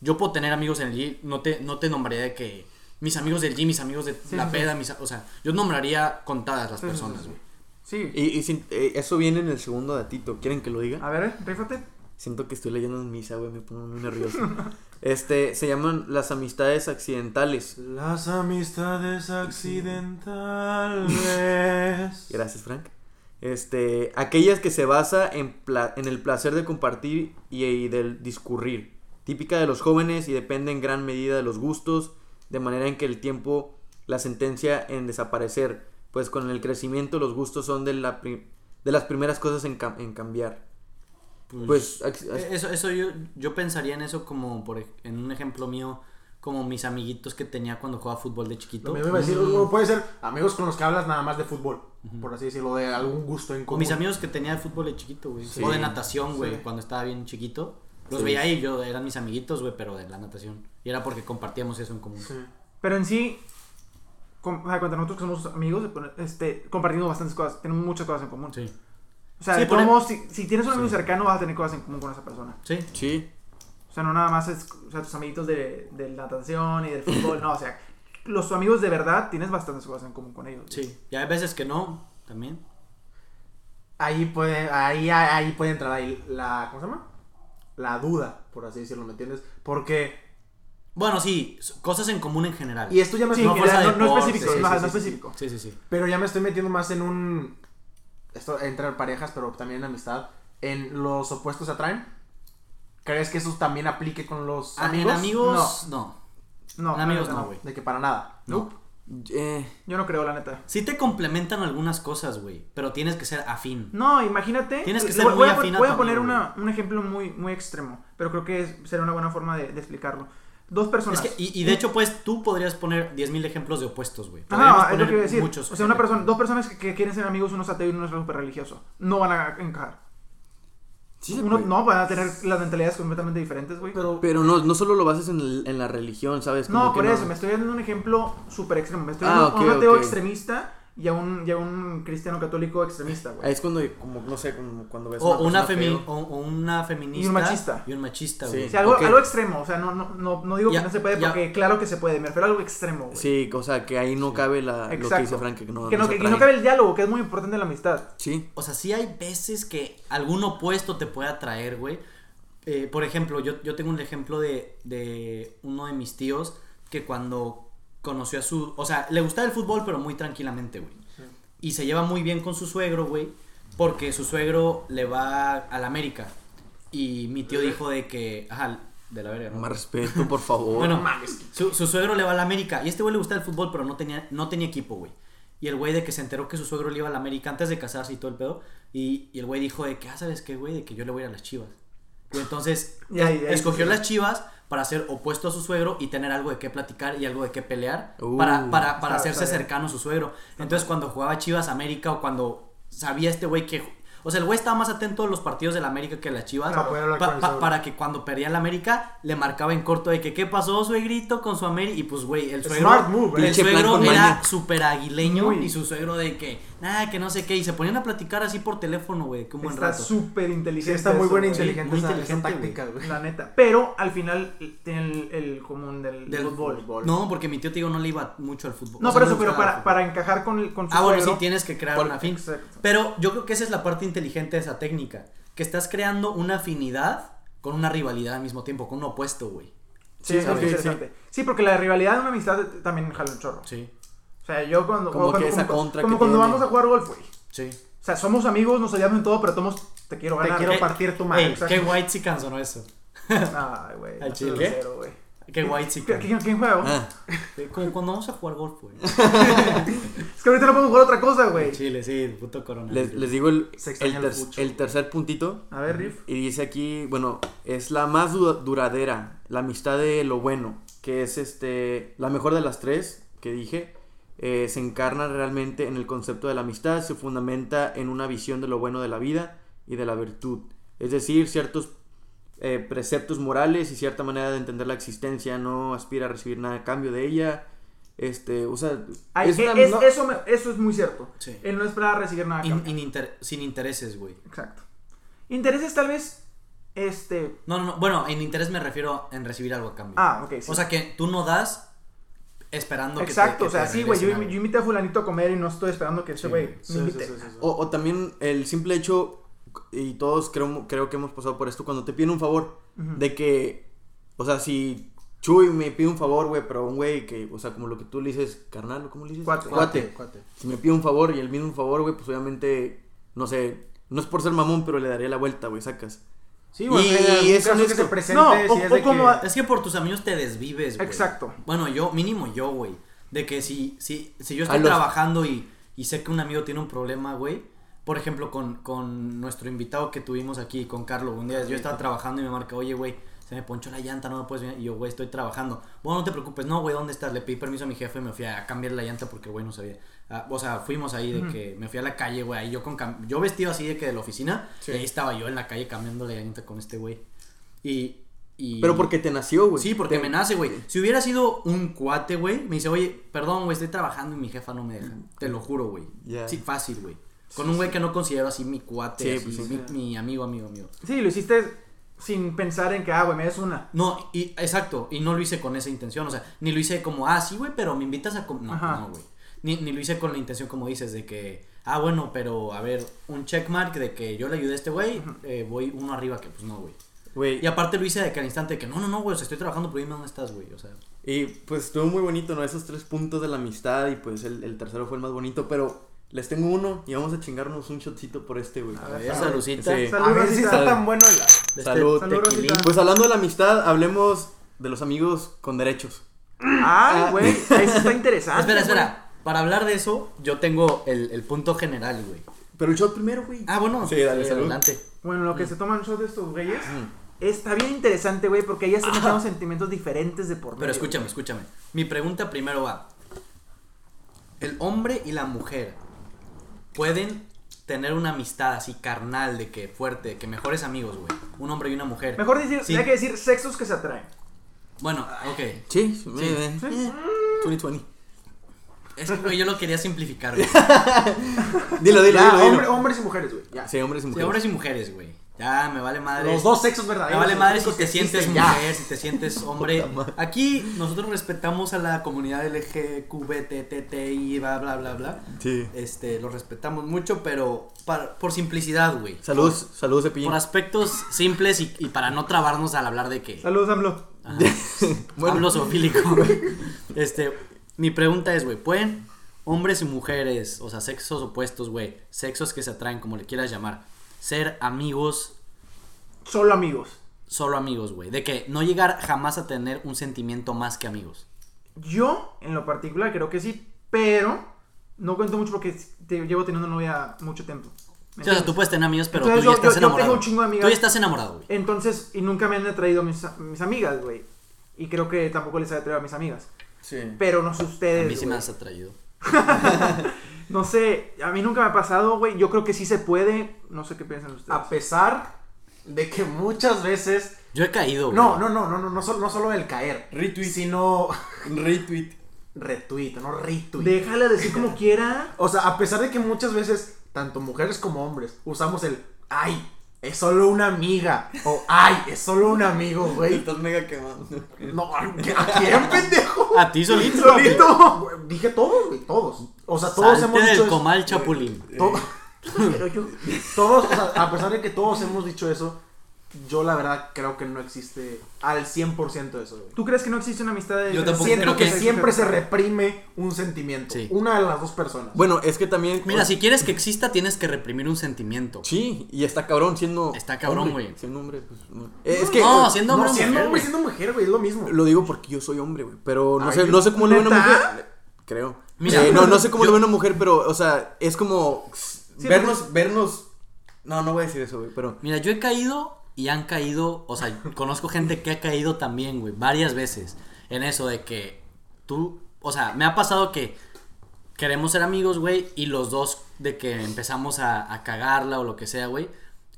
A: yo puedo tener amigos en el gym, no te, no te nombraría de que mis amigos del gym, mis amigos de
C: Sí,
A: la
C: sí, sí.
A: peda, mis, o sea, yo nombraría contadas las
C: Sí, sí,
A: personas,
C: sí, sí.
A: güey.
C: Sí.
D: Y, y sin- eh, eso viene en el segundo datito. ¿Quieren que lo diga?
C: A ver, rífate.
D: Siento que estoy leyendo en misa, güey. Me pongo muy nervioso. este, se llaman las amistades accidentales.
B: Las amistades accidentales.
D: Gracias, Frank. Este, aquellas que se basa en, pla- en el placer de compartir y, y del discurrir. típica de los jóvenes y depende en gran medida de los gustos, de manera en que el tiempo la sentencia en desaparecer, pues con el crecimiento los gustos son de, la pri- de las primeras cosas en, cam- en cambiar.
C: Mm.
D: Pues, ac- ac-
A: Eh, Eso, eso yo, yo pensaría en eso como por, ej- en un ejemplo mío, como mis amiguitos que tenía cuando jugaba fútbol de
B: Lo
A: chiquito.
B: mismo iba a decir, o puede ser amigos con los que hablas nada más de fútbol, por así decirlo, de algún gusto en
A: Con
B: común.
A: mis amigos que tenía de fútbol de chiquito, güey. O de natación, güey,
B: Sí.
A: cuando estaba bien chiquito. Los
D: Sí.
A: veía ahí, yo eran mis amiguitos, güey, pero de la natación. Y era porque compartíamos eso en común.
B: Sí.
C: Pero en sí, con, o sea, cuando nosotros que somos amigos, este, compartimos bastantes cosas, tenemos muchas cosas en común.
A: Sí.
C: O sea,
A: Sí,
C: de todos
A: pone-
C: modos, si, si tienes un amigo cercano, vas a tener cosas en común con esa persona.
A: Sí.
D: sí,
C: O sea, no nada más es, o sea, tus amiguitos de, de la natación y del fútbol, no, o sea, los amigos de verdad tienes bastantes cosas en común con ellos.
A: Sí. Y hay veces que no, también.
B: Ahí puede, ahí, ahí puede entrar ahí la, ¿cómo se llama? La duda, por así decirlo, ¿me entiendes? Porque,
A: Bueno, sí, s- cosas en común en general.
B: y esto ya me
C: Sí,
B: estoy-
A: No,
C: que
A: fuerza
C: no,
A: de
C: no
A: deporte,
C: específico,
A: sí,
C: no,
A: sí,
C: no
A: sí, sí.
C: específico.
A: Sí, sí, sí.
B: pero ya me estoy metiendo más en un, esto entra en parejas, pero también en amistad, en los opuestos se atraen. ¿Crees que eso también aplique con los
A: Ah,
B: amigos?
A: En amigos, no.
C: No,
A: en amigos
C: la neta
A: no, güey.
B: De que para nada.
A: No.
D: eh,
C: Yo no creo, la neta.
A: Sí te complementan algunas cosas, güey, pero tienes que ser afín.
C: No, imagínate.
A: Tienes que
C: Lo-
A: ser
C: voy,
A: muy
C: a,
A: afín a
C: voy
A: tu
C: a poner
A: amigo,
C: una- un ejemplo muy, muy extremo, pero creo que es- será una buena forma de, de explicarlo. Dos
A: Es
C: personas.
A: que, y, y de hecho, pues, tú podrías poner 10.000 ejemplos de opuestos, güey. Podríamos
C: Ajá, es lo
A: poner
C: que iba a decir.
A: muchos.
C: o sea, una persona, dos personas que, que quieren ser amigos, uno es ateo y uno es súper religioso, no van a encajar.
D: sí se
C: Uno,
D: puede.
C: no, van a tener las mentalidades completamente diferentes, güey.
B: Pero,
D: Pero no, no solo lo basas en, el- en la religión, ¿sabes? Como
C: No,
D: que
C: por eso, me estoy dando un ejemplo súper extremo. Me estoy
D: Ah,
C: dando a un
D: ok,
C: ateo
D: ok.
C: extremista y a un, y a un cristiano católico extremista,
D: Ahí
C: güey.
D: es cuando, como, no sé, como cuando ves
A: O una,
D: persona
A: femi-
D: feo.
A: o, o una feminista.
C: Y un machista.
A: Y un machista,
D: Sí.
A: güey.
C: O sea, algo,
D: ok.
C: algo extremo, o sea, no, no, no, no digo
A: Ya,
C: que no se puede
A: ya.
C: porque claro que se puede, me refiero a algo extremo, güey.
D: Sí, o sea, que ahí no cabe la, lo que
C: Exacto.
D: dice Frank, que no,
C: que no,
D: se
C: que- que no
D: atraen.
C: cabe el diálogo, que es muy importante en la amistad.
D: Sí,
A: O sea, sí hay veces que algún opuesto te puede atraer, güey. Eh, por ejemplo, yo, yo tengo un ejemplo de, de uno de mis tíos que cuando conoció a su... O sea, le gustaba el fútbol, pero muy tranquilamente, güey. Y se lleva muy bien con su suegro, güey, porque su suegro le va al América. Y mi tío dijo de que... Ajá, de la verga, ¿no?
D: más respeto, por favor.
A: Bueno, su, su suegro le va a la América. Y este güey le gusta el fútbol, pero no tenía, no tenía equipo, güey. Y el güey de que se enteró que su suegro le iba a la América antes de casarse y todo el pedo. Y, y el güey dijo de que, ah, ¿sabes qué, güey? De que yo le voy a ir a las chivas. Y entonces
C: Y ahí- ahí-
A: escogió las chivas para ser opuesto a su suegro y tener algo de qué platicar y algo de qué pelear
D: Uh.
A: para, para, para
C: Está-
A: hacerse
C: está bien.
A: cercano a su suegro. Entonces cuando jugaba Chivas América o cuando sabía este güey que... O sea, el güey estaba más atento a los partidos de la América que a las Chivas.
B: Para poder hablar
A: pa-
B: con el
A: pa-
B: suegro.
A: para que cuando perdía la América le marcaba en corto de que qué pasó suegrito con su América. Y pues, güey, el suegro,
B: Smart move,
A: el
D: Pinche plan
A: suegro
D: con
A: era
D: maña.
A: súper aguileño
C: Muy.
A: y su suegro de que nada, que no sé qué. Y se ponían a platicar así por teléfono, güey, que un buen
C: Está
A: rato.
C: súper
B: sí,
C: inteligente.
B: está muy
C: eso,
B: buena
C: güey.
B: inteligente,
A: muy
B: esa-
A: inteligente,
B: esa
A: güey.
B: táctica, güey.
C: La neta. Pero al final eh, tiene el, el común del,
A: Del
C: fútbol.
B: fútbol.
A: No, porque mi tío te digo no le iba mucho al fútbol.
C: No,
A: O sea,
C: por
A: le
C: eso, pero
A: gustaba
C: para,
A: el fútbol.
C: para encajar con, el- con su
A: Ah, bueno, sí,
C: suegro,
A: tienes que crear
D: Por-
A: una fin.
C: Exacto.
A: Pero yo creo que esa es la parte inteligente de esa técnica. Que estás creando una afinidad con una rivalidad al mismo tiempo, con un opuesto, güey.
C: Sí, es
D: ok, sí.
C: interesante. Sí. porque la rivalidad de una amistad también jala un chorro.
A: Sí,
C: O sea, yo cuando.
D: Como
C: cuando-
D: que esa
C: como-
D: contra
C: como
D: que
C: cuando
D: tiene.
C: vamos a jugar golf, güey. O
A: sí.
C: sea, somos amigos, nos odiamos en todo, pero todos te quiero
B: Te
C: ganar.
B: quiero
C: Qué-
B: partir tu madre.
A: Eh, Ey,
B: exacto.
A: qué white si no eso.
C: Ay, güey.
A: Al
C: no
A: chile.
C: seas grosero, güey.
A: Qué white si
C: ¿Qui- ¿Quién, quién juega? güey?
D: Ah,
A: Como cuando vamos a jugar golf, güey.
C: Es que ahorita no podemos jugar otra cosa, güey.
A: Chile, sí, puto corona.
D: les, les digo el,
B: Se extraña
D: el,
B: lo
D: ter-
B: mucho.
D: el tercer puntito.
C: A ver, Riff.
D: Y dice aquí, bueno, es la más du- duradera, la amistad de lo bueno, que es este, la mejor de las tres que dije. eh, se encarna realmente en el concepto de la amistad, se fundamenta en una visión de lo bueno de la vida y de la virtud. Es decir, ciertos eh, preceptos morales y cierta manera de entender la existencia, no aspira a recibir nada a cambio de ella. Este, o sea,
C: Ay,
D: es
C: eh,
D: una-
C: es-
D: no-
C: eso, me- eso es muy cierto.
A: Sí.
C: Él no esperaba recibir nada. a
A: In-
C: cambio.
A: in inter- sin intereses, güey.
C: Exacto. Intereses tal vez, este...
A: No, no, no. Bueno, en interés me refiero en recibir algo a cambio.
C: Ah, ok. sí.
A: O sea, que tú no das esperando que te-
C: Exacto,
A: que
C: o sea,
A: te
C: sí, güey, yo,
A: regresen
C: yo
A: algo.
C: invité a fulanito a comer y no estoy esperando que ese
A: Sí,
C: güey
B: Sí,
C: me
B: sí,
C: invite.
B: sí, sí, sí.
D: O, o también el simple hecho, y todos creo, creo que hemos pasado por esto, cuando te piden un favor,
C: Ujú.
D: de que, o sea, si Chuy me pide un favor, güey, pero un güey que, o sea, como lo que tú le dices, carnal, ¿cómo le dices?
C: Cuate.
B: Cuate, cuate.
D: Si me pide un favor y el mismo favor, güey, pues obviamente, no sé, no es por ser mamón, pero le daría la vuelta, güey, sacas.
B: Sí, güey.
D: Y-
B: en algún
D: y eso
B: caso
D: no es
B: que se
D: co-
B: presente,
C: No,
B: si
C: o-
B: es
C: o
B: de
C: como
B: que-
C: a-
A: Es que por tus amigos te desvives, güey.
C: Exacto.
A: Bueno, yo, mínimo yo, güey. De que si, si, si yo estoy
D: A los-
A: trabajando y, y sé que un amigo tiene un problema, güey. Por ejemplo, con, con nuestro invitado que tuvimos aquí, con Carlos, un día yo estaba trabajando y me marca, oye, güey, se me ponchó la llanta, no me puedes venir. Y yo, güey, estoy trabajando. Bueno, no te preocupes, no, güey, ¿dónde estás? Le pedí permiso a mi jefe y me fui a cambiar la llanta porque el güey no sabía. Ah, o sea, fuimos ahí de que me fui a la calle, güey, ahí yo con cam- yo vestido así de que de la oficina,
D: Sí.
A: y ahí estaba yo en la calle cambiando la llanta con este güey. Y, y...
D: Pero porque te nació, güey.
A: Sí, porque
D: Pues, Te-
A: me nace, güey. Si hubiera sido un cuate, güey, me dice, oye, perdón, güey, estoy trabajando y mi jefa no me deja. Te lo juro, güey.
D: Ya.
A: Sí, fácil, güey. Con un güey que no considero así mi cuate,
D: Sí,
A: así,
D: pues, sí.
A: mi, mi amigo, amigo, amigo.
C: Sí, lo hiciste sin pensar en que, ah, güey, me des una.
A: No, y exacto, y no lo hice con esa intención, o sea, ni lo hice como, ah, sí, güey, pero me invitas a... com-". No,
C: Ajá.
A: no, güey. Ni, ni lo hice con la intención, como dices, de que, ah, bueno, pero a ver, un checkmark de que yo le ayudé a este güey, eh, voy uno arriba, que pues no, güey.
D: Güey,
A: Y aparte lo hice de que al instante de que, no, no, no, güey, o sea, estoy trabajando, pero dime dónde estás, güey, o sea.
D: Y pues estuvo muy bonito, ¿no? Esos tres puntos de la amistad y pues el, el tercero fue el más bonito, pero les tengo uno y vamos a chingarnos un shotcito por este, güey.
A: A ver, saludcita.
D: Sí.
B: A
C: Salud,
B: ver si
C: Rosita.
B: está
D: Salud.
B: tan bueno el-
A: De este
D: Salud,
C: Salud, Rosita.
A: tequilín.
D: Pues hablando de la amistad, hablemos de los amigos con derechos.
C: Ay, güey, ahí sí está interesante.
A: espera,
C: güey.
A: espera. Para hablar de eso, yo tengo el, el punto general, güey.
D: Pero el shot primero, güey.
A: Ah, bueno.
D: Sí, dale, salud.
A: Adelante.
C: Bueno, lo que se toman shots de estos güeyes está bien interesante, güey, porque ahí ya se metieron sentimientos diferentes de por medio.
A: Pero escúchame, escúchame. Mi pregunta primero va. El hombre y la mujer pueden tener una amistad así carnal, de que fuerte, de que mejores amigos, güey. Un hombre y una mujer.
C: Mejor decir,
A: Sí.
C: hay que decir sexos que se atraen.
A: Bueno, ok.
D: Sí, sí. eh,
C: Sí.
D: eh, 2020.
A: Es que, güey, yo lo quería simplificar, güey.
D: Dilo, dilo,
B: Ya,
D: dilo. dilo.
B: hombre- hombres y mujeres, güey. ya.
D: Sí, hombres y
A: Sí,
D: mujeres.
A: hombres y mujeres, güey. Ya, me vale madre.
B: Los dos sexos
A: Me
B: verdaderos.
A: vale
B: los
A: madre si
B: únicos
A: te
B: que
A: sientes
B: existen, ya.
A: mujer, si te sientes hombre. Aquí nosotros respetamos a la comunidad LGQBTTI, bla, bla, bla, bla.
D: Sí.
A: Este, lo respetamos mucho, pero para- por simplicidad, güey.
D: Saludos, saludos, Cepillín.
A: Por aspectos simples y, y para no trabarnos al hablar de que
C: Saludos, AMLO.
A: bueno. hablo zoofílico. Este, mi pregunta es, güey, ¿pueden hombres y mujeres, o sea, sexos opuestos, güey, sexos que se atraen, como le quieras llamar, ser amigos
C: Solo amigos.
A: solo amigos, güey. De que no llegar jamás a tener un sentimiento más que amigos.
C: Yo, en lo particular, creo que sí, pero no cuento mucho porque te- llevo teniendo novia mucho tiempo. ¿me
A: O sea,
C: entiendes?
A: tú puedes tener amigos, pero
C: Entonces,
A: tú ya
C: yo-
A: estás
C: yo- yo tengo
A: enamorado.
C: un chingo de amigas.
A: Tú ya estás enamorado, güey.
C: Entonces, y nunca me han atraído mis, mis amigas, güey. Y creo que tampoco les ha atraído a mis amigas.
D: Sí.
C: Pero no sé
A: A
C: ustedes.
A: mí sí me
C: güey.
A: has atraído.
C: No sé, a mí nunca me ha pasado, güey. Yo creo que sí se puede. No sé qué piensan ustedes.
B: A pesar de que muchas veces.
A: Yo he caído, güey.
B: No, no, no, no, no, no solo, no solo el caer.
D: Retweet.
B: Sino.
D: Retweet.
B: Retweet, no retweet.
C: Déjala decir como quiera.
B: O sea, a pesar de que muchas veces, tanto mujeres como hombres, usamos el. ¡Ay! Es solo una amiga. O ¡Ay! Es solo un amigo, güey.
D: Estás mega quemado.
B: No, ¿a quién, pendejo?
A: A ti solito.
B: Solito. Dije todos, güey, todos. O sea, todos
A: Salte
B: hemos dicho.
A: del
B: eso.
A: comal chapulín.
B: To-
C: Pero yo.
B: todos, o sea, a pesar de que todos hemos dicho eso, yo la verdad creo que no existe al 100% eso, güey.
C: ¿Tú crees que no existe una amistad de.?
A: Yo tampoco
B: Siento
A: creo
B: que,
A: que-
B: siempre se reprime un sentimiento.
A: Sí.
B: Una de las dos personas.
D: Bueno, es que también.
A: Mira, si quieres que exista, tienes que reprimir un sentimiento.
D: Sí, y está cabrón siendo.
A: Está cabrón,
D: hombre.
A: güey.
D: Siendo hombre, pues. no. Eh, es que.
A: no,
D: eh,
A: siendo
B: no,
A: hombre o mujer,
B: siendo hombre,
A: güey.
B: siendo mujer, güey, es lo mismo.
D: Lo digo porque yo soy hombre, güey. Pero no
B: Ay,
D: sé, no sé cómo le ve una
C: ¿neta?
D: mujer. Creo.
A: Mira.
D: Eh, no, no sé cómo
A: Yo-
D: le ve una mujer, pero, o sea, es como. vernos, vernos. No, no voy a decir eso, güey, pero.
A: Mira, yo he caído y han caído, o sea, conozco gente que ha caído también, güey, varias veces en eso de que tú, o sea, me ha pasado que queremos ser amigos, güey, y los dos de que empezamos a, a cagarla o lo que sea, güey,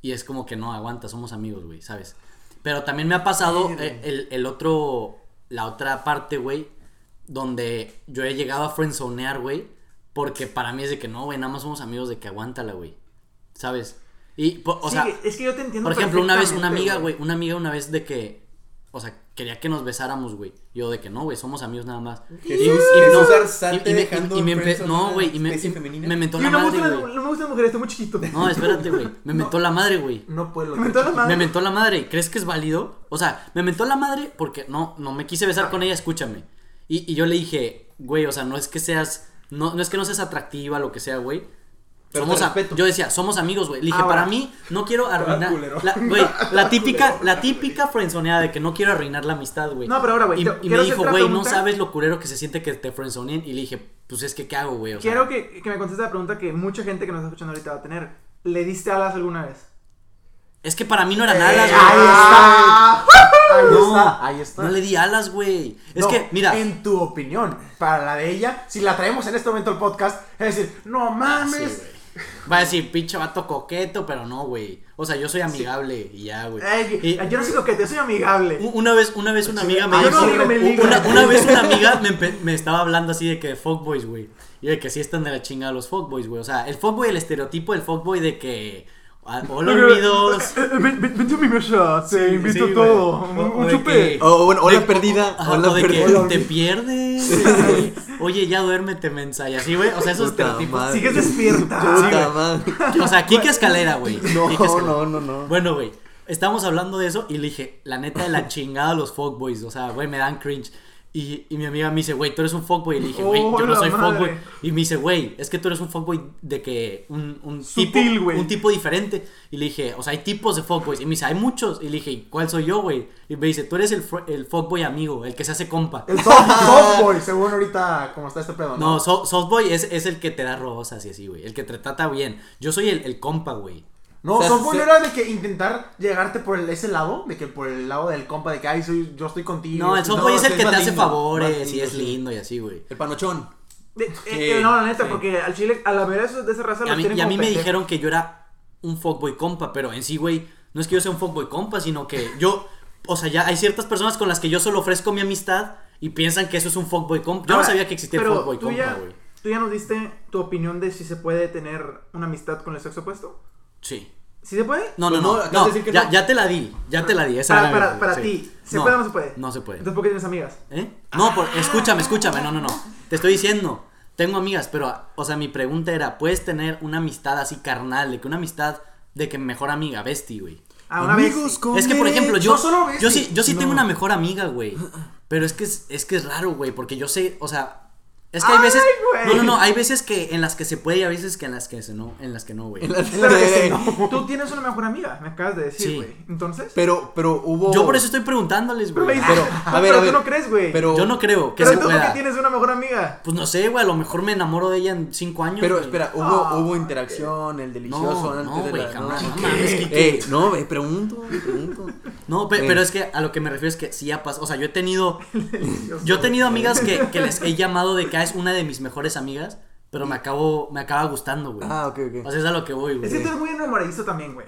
A: y es como que no, aguanta, somos amigos, güey, ¿sabes? Pero también me ha pasado eh, el, el otro, la otra parte, güey, donde yo he llegado a friendzonear, güey, porque para mí es de que no, güey, nada más somos amigos de que aguántala, güey, ¿sabes? Y, po- o
C: Sí,
A: sea,
C: es que yo te entiendo.
A: por ejemplo, una vez una
C: perfectamente,
A: amiga, güey, una amiga una vez de que, o sea, quería que nos besáramos, güey. Yo de que no, güey, somos amigos nada más. Y- y-
D: Jesús
A: no,
D: Arzate
A: y- y me-
D: dejando
A: y me empe-
D: friendzone a
A: No,
D: una
A: güey, y me,
D: especie
A: y
D: femenina.
A: me mentó
C: Yo
A: la
C: no me
A: madre,
C: gusta la-
A: güey.
C: no me gustan las mujeres, estoy muy chiquito.
A: No, espérate, güey. Me mentó la madre, güey.
B: No puedo.
C: Me mentó la madre.
A: Me mentó la madre. ¿Crees que es válido? O sea, me mentó la madre porque no, no me quise besar con ella, escúchame. Y, y yo le dije, güey, o sea, no es que seas, no, no es que no seas atractiva, lo que sea, güey.
D: Pero
A: somos
D: te
A: a-
D: respeto.
A: yo decía, somos amigos, güey. Le dije,
C: Ah,
A: para
C: bueno.
A: mí, no quiero arruinar.
B: culero.
A: La, güey, la típica, la típica friendzoneada de que no quiero arruinar la amistad, güey.
C: No, pero ahora, güey,
A: Y,
C: te-
A: y me
C: quiero hacer
A: dijo,
C: otra
A: güey, no
C: pregunta.
A: sabes lo culero que se siente que te friendzoneen. Y le dije, pues es que, ¿qué hago, güey? O sea,
C: Quiero que, que me contestes la pregunta que mucha gente que nos está escuchando ahorita va a tener. ¿Le diste alas alguna vez?
A: Es que para mí no eran
B: Eh, Ahí
A: alas, güey.
B: está. Ahí
A: No,
B: está. Ahí está.
A: No le di alas, güey. Es
B: No,
A: que, mira.
B: En tu opinión, para la de ella, si la traemos en este momento al podcast, es decir, no mames.
A: Ah, Sí, güey. Va a decir, pinche vato coqueto, pero no, güey. O sea, yo soy amigable y ya, güey.
C: Ey,
A: Y-
C: yo no soy coquete, yo soy amigable.
B: Eh,
A: U- Una vez, una vez una amiga me
B: Ah,
A: dijo,
B: no, no, no,
C: me
A: u-
C: digas.
A: una, una vez una amiga me, empe- me estaba hablando así de que fuckboys, güey. Y de que sí están de la chingada los fuckboys, güey. O sea, el fuckboy, el estereotipo del fuckboy de que... ah, Hola, unidos.
B: eh,
C: Vente a mi mesa, te
A: sí,
C: invito
A: güey.
C: todo.
A: O-
C: Un-
A: o
C: Un
A: de
C: chupe.
A: que-
D: O, bueno, o
A: De-
D: la perdida.
A: Ajá,
D: o la
A: o de que
D: perdida.
A: te pierdes. güey. Oye, ya duérmete, mensa. Y así, güey. O sea, esos
D: Puta
A: estereotipos.
D: madre.
C: Sigues despierta. Sí, güey.
D: Puta madre.
A: O sea, Kike Escalera, güey. Kike
D: No,
A: Escalera.
D: no, no, no.
A: Bueno, güey, estábamos hablando de eso y le dije, la neta de la chingada los fuckboys, o sea, güey, me dan cringe. Y, y mi amiga me dice, güey, tú eres un fuckboy. Y le dije, güey, yo no
C: ¡Hola,
A: soy
C: madre!
A: fuckboy. Y me dice, güey, es que tú eres un fuckboy de que un, un
C: Sutil,
A: tipo,
C: güey.
A: un tipo diferente. Y le dije, o sea, hay tipos de fuckboys. Y me dice, hay muchos. Y le dije, "¿Y ¿cuál soy yo, güey? Y me dice, tú eres el, fr- el fuckboy amigo, el que se hace compa.
B: El soft, softboy, según ahorita, como está este pedo.
A: No, so- softboy es, es el que te da rosas y así, güey. El que te trata bien. Yo soy el, el compa, güey.
B: No,
D: O sea,
B: softboy
D: se-
B: era de que intentar llegarte por el- ese lado, de que por el lado del compa, de que ay, soy, yo estoy contigo.
A: No, el softboy es
D: sí,
A: el que te
D: es más
A: hace
D: lindo,
A: favores
D: más
A: y
D: lindo,
A: es
D: sí.
A: lindo y así, güey.
D: El panochón.
C: De- eh,
D: Sí,
C: eh, no, la neta,
D: sí.
C: porque al chile, a la vera de esa raza
A: Y a
C: los
A: mí,
C: tienen
A: y a
C: como
A: mí me
C: pendejos.
A: dijeron que yo era un fuckboy compa, pero en sí, güey, no es que yo sea un fuckboy compa, sino que yo, o sea, ya hay ciertas personas con las que yo solo ofrezco mi amistad y piensan que eso es un fuckboy compa. Yo
C: Ahora,
A: no sabía que existía el
C: pero
A: fuckboy
C: tú ya-
A: compa, güey.
C: Tú ya nos diste tu opinión de si se puede tener una amistad con el sexo opuesto.
A: Sí.
C: ¿Sí se puede?
A: No, no,
D: Pues no,
A: no.
D: acabas
A: no,
D: de decir que
A: ya,
D: no.
A: ya te la di, ya te la di. Esa
C: Para,
A: era mi
C: para,
A: opinión,
C: para
A: sí.
C: ti, ¿se
A: No,
C: puede o no se puede?
A: No se puede.
C: Entonces, ¿por qué tienes amigas?
A: ¿Eh? No, por- escúchame, escúchame, no, no, no. Te estoy diciendo, tengo amigas, pero, o sea, mi pregunta era, ¿puedes tener una amistad así carnal, de que una amistad de que mejor amiga, bestie, güey?
C: Ah, una vez.
D: con
A: Es que, por ejemplo, yo,
B: no solo bestie.
A: yo sí, yo sí
D: No.
A: tengo una mejor amiga, güey. Pero es que es, es que es raro, güey, porque yo sé, o sea, es que hay
C: Ay,
A: veces,
C: güey.
A: no, no, no, hay veces que en las que se puede y a veces que en las que se no, en las que no, güey.
C: Claro que sí. Tú tienes una mejor amiga, me acabas de decir,
A: Sí.
C: güey. Entonces.
D: Pero, pero hubo.
A: Yo por eso estoy preguntándoles,
C: Pero,
A: güey.
C: güey,
D: Pero, a ver,
C: pero
D: a ver.
C: tú no crees, güey.
D: Pero,
A: Yo no creo que
C: Pero
A: se
C: tú porque
A: pueda.
C: tienes una mejor amiga.
A: Pues no sé, güey, a lo mejor me enamoro de ella en cinco años.
D: Pero
A: güey.
D: espera, hubo,
C: Ah,
D: hubo interacción, el delicioso
A: No,
D: antes
A: no,
D: de
A: güey,
D: la.
A: jamás,
D: no,
A: no
D: ¿qué?
A: mames, Quique.
D: Ey, no, me pregunto, me pregunto.
A: No, pe-
D: Eh.
A: pero es que a lo que me refiero es que sí ha pasado. O sea, yo he tenido.
C: Dios.
A: Yo he tenido amigas que, que les he llamado de que "Ah, es una de mis mejores amigas, pero me acabo, me acaba gustando, güey.
D: Ah, ok, ok.
A: O sea, es a lo que voy,
C: Es que tú
A: güey.
C: eres muy enamoradizo también, güey.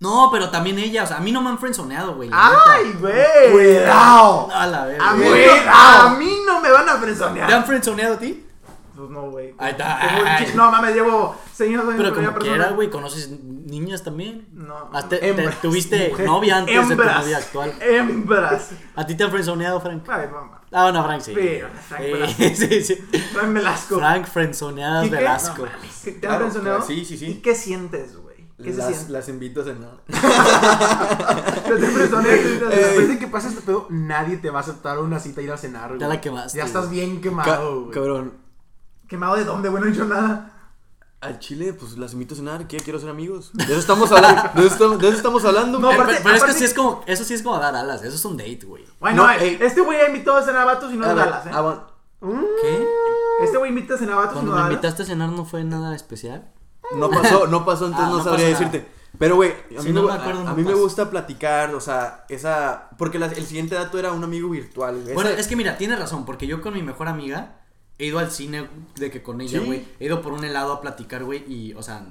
A: No, pero también ella, o sea, a mí no me han frenzoneado, güey. la
C: ¡Ay, güey!
A: neta.
B: ¡Cuidado!
A: A la verga.
C: A mí,
A: güey.
C: no, a mí no me van a
A: ¿Te
C: presonear.
A: han frenzoneado a ti?
C: Pues no, güey.
A: Ahí está.
C: Tengo un chi- No, mames, llevo señores años
A: Pero
C: con
A: como
C: ella persona.
A: quiera, güey, conoces niñas también.
C: No. Em-
A: Ah, te- te-
B: Hembras,
A: tuviste
B: mujeres.
A: novia antes de tu
C: Hembras.
A: novia actual.
C: Hembras.
A: ¿A ti te han frenzoneado, Frank?
C: Ay, mamá.
A: Ah, bueno, Frank sí.
C: Sí, Frank
A: sí, sí, sí.
C: Frank Velasco.
A: Frank frenzoneadas Eh,
C: ¿Y qué?
A: Velasco.
C: No mames, ¿Te han
D: Claro,
C: presoneado?
D: sí, sí, sí.
C: ¿Y qué sientes, güey? ¿Qué se
D: Las,
C: siente?
D: las invito a cenar.
C: Yo te presoneé, yo te-
B: Después de que pasa este pedo, nadie te va a aceptar una cita a ir a cenar, güey.
A: Ya la quemaste,
B: Ya estás bien
D: Ca-
B: quemado, güey.
D: cabrón,
C: ¿Quemado de dónde, güey? No he hecho nada.
D: al Chile, pues las invito a cenar, ¿qué? Quiero ser amigos. De eso estamos hablando. De eso estamos, de eso estamos hablando.
C: No,
D: güey.
A: Pero,
C: aparte-
A: pero es que
C: aparte-
A: sí es como, eso sí es como dar alas, eso es un date, güey.
C: Bueno,
D: No,
C: eh,
D: ey.
C: este güey ha invitado a cenar a vatos y no
D: A
C: nos
D: ver, ah,
C: dalas, ¿eh?
D: a ver,
A: ¿Qué?
C: Este güey invita a cenar a vatos y
A: Cuando
C: no
A: me
C: dalas.
A: invitaste a cenar no fue nada especial.
D: No pasó, no pasó, entonces
A: Ah,
D: no,
A: no
D: sabría
A: pasa nada.
D: decirte. Pero, güey, a,
A: Si
D: mí,
A: no
D: me,
A: me acuerdo,
D: a
A: no
D: mí me
A: pasa.
D: gusta platicar, o sea, esa... Porque la- el siguiente dato era un amigo virtual. güey.
A: Bueno,
D: Esa-
A: es que mira, tienes razón, porque yo con mi mejor amiga he ido al cine de que con ella,
D: Sí.
A: güey. He ido por un helado a platicar, güey, y, o sea,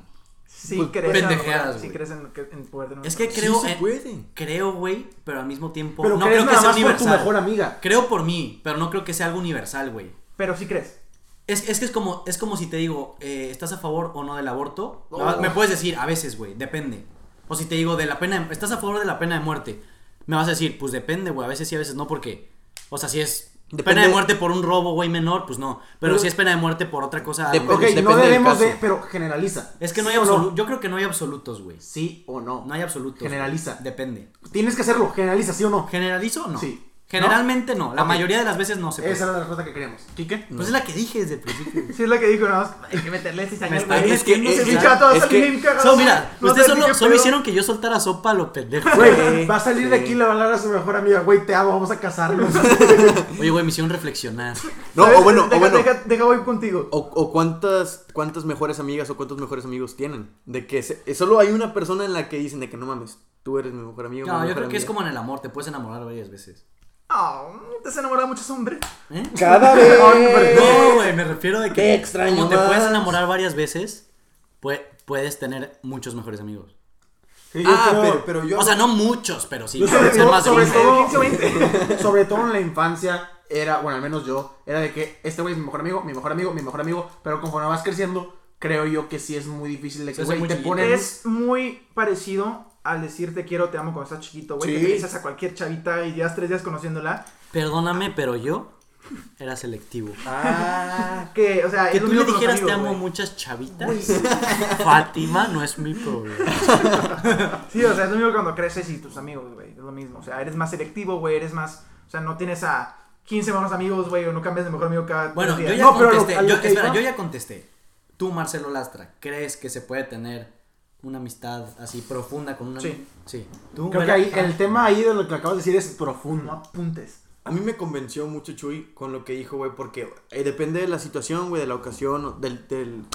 C: Sí,
D: Pues,
C: crees en
A: pendejadas,
C: amor, Sí,
A: güey.
C: crees en, que- en poder de una
A: es que
D: Sí
A: creo,
D: se
A: en-
D: puede.
A: creo, güey, pero al mismo tiempo
B: Pero
A: no
B: crees
A: creo que
B: nada
A: sea
B: más por tu
A: universal.
B: mejor amiga.
A: Creo por mí, pero no creo que sea algo universal, güey.
C: Pero sí crees.
A: Es, es que es como, es como si te digo, eh, ¿estás a favor o no del aborto? Me puedes decir, a veces, güey, depende. O si te digo, de la pena de- ¿estás a favor de la pena de muerte? Me vas a decir, pues depende, güey, a veces sí, a veces no, porque, o sea, si es
D: Depende-
A: pena de muerte por un robo, güey, menor, pues no. Pero, si es pena de muerte por otra cosa... a lo
D: Dep-
A: mejor-
B: Ok,
D: depende
B: no
D: del
B: debemos
D: caso.
B: de, pero generaliza.
A: Es que no
B: ¿Sí
A: hay
B: o
A: absolutos, yo creo que no hay absolutos, güey.
B: Sí o no.
A: No hay absolutos. güey.
B: Generaliza.
A: Depende.
B: Tienes que hacerlo, generaliza, sí o no.
A: ¿Generalizo o no?
B: Sí.
A: Generalmente no, la
B: Ok.
A: mayoría de las veces no se puede.
B: Esa era la respuesta que queremos. ¿Quique?
A: Pues es la que dije desde el principio.
C: Sí, es la que dijo, no, hay que meterle cizaña al
A: está
C: güey.
D: Es que-
A: metiendo
D: es-
C: Ese
A: cizaña.
C: pinche vato va a
D: es
C: salir
D: que-
C: bien cagado.
A: So, mira,
C: No
A: ustedes
C: sé ni
A: solo,
C: qué
A: solo
C: pedo.
A: hicieron que yo soltara sopa a lo pendejo.
B: Güey, va a salir de
D: sí.
B: aquí y le va a hablar a su mejor amiga. Güey, te amo, vamos a casarnos.
A: Oye, güey, me hicieron reflexionar.
D: No,
C: ¿Sabes?
D: o bueno,
C: Deja-
D: o bueno.
C: Deja, deja voy contigo.
D: O, o cuántas, cuántas mejores amigas o cuántos mejores amigos tienen. De que se- eh, solo hay una persona en la que dicen de que no mames, tú eres mi mejor amigo.
A: No,
D: mi
A: yo
D: mejor
A: creo que es
D: amiga".
A: como en el amor, te puedes enamorar varias veces.
C: Ah, te has enamorado de muchos hombres.
A: ¿Eh?
D: Cada
C: Ay, perdón.
D: vez.
A: No, güey, me refiero de que
D: Te extraño
A: como te
D: más.
A: puedes enamorar varias veces, pue- puedes tener muchos mejores amigos.
B: Sí, yo
D: ah,
B: creo-
D: pero, pero yo.
A: O sea, no muchos, pero sí,
B: Yo sobre
A: pueden ser
B: todo-
A: más de
B: sobre
A: uno.
B: todo-
C: 15 o 20.
B: Sobre todo en la infancia, era, bueno, al menos yo, era de que este güey es mi mejor amigo, mi mejor amigo, mi mejor amigo, pero conforme vas creciendo, creo yo que sí es muy difícil de
A: Se
B: que,
A: hace
B: güey,
A: muy
B: te
A: chiquito.
B: ponen...
C: Es muy parecido al decir te quiero, te amo cuando estás chiquito, güey.
B: Sí.
C: Te dices a cualquier chavita y llevas tres días conociéndola.
A: Perdóname, pero yo era selectivo.
B: Ah,
C: Que, o sea,
A: Que
C: es lo
A: tú le
C: mismo con los
A: dijeras te
C: amigos,
A: amo a
C: güey.
A: muchas chavitas, Fátima no es mi problema.
C: Sí, o sea, es lo mismo cuando creces y tus amigos, güey. Es lo mismo. O sea, eres más selectivo, güey. Eres más. O sea, no tienes a 15 mejores amigos, güey. O no cambias de mejor amigo cada.
A: Bueno,
C: tres
A: yo
C: días.
A: ya
B: No, pero a lo-
A: contesté.
B: a lo
A: yo,
B: que
A: espera,
B: iba-
A: yo ya contesté. Tú, Marcelo Lastra, ¿crees que se puede tener una amistad así profunda con una
C: Sí.
A: Sí. Tú,
B: creo que
A: ¿verdad?
B: ahí, el tema ahí de lo que acabas de decir es
C: No
B: profundo.
C: apuntes.
D: A mí me convenció mucho Chuy con lo que dijo, güey, porque eh, depende de la situación, güey, de la ocasión, o del, del-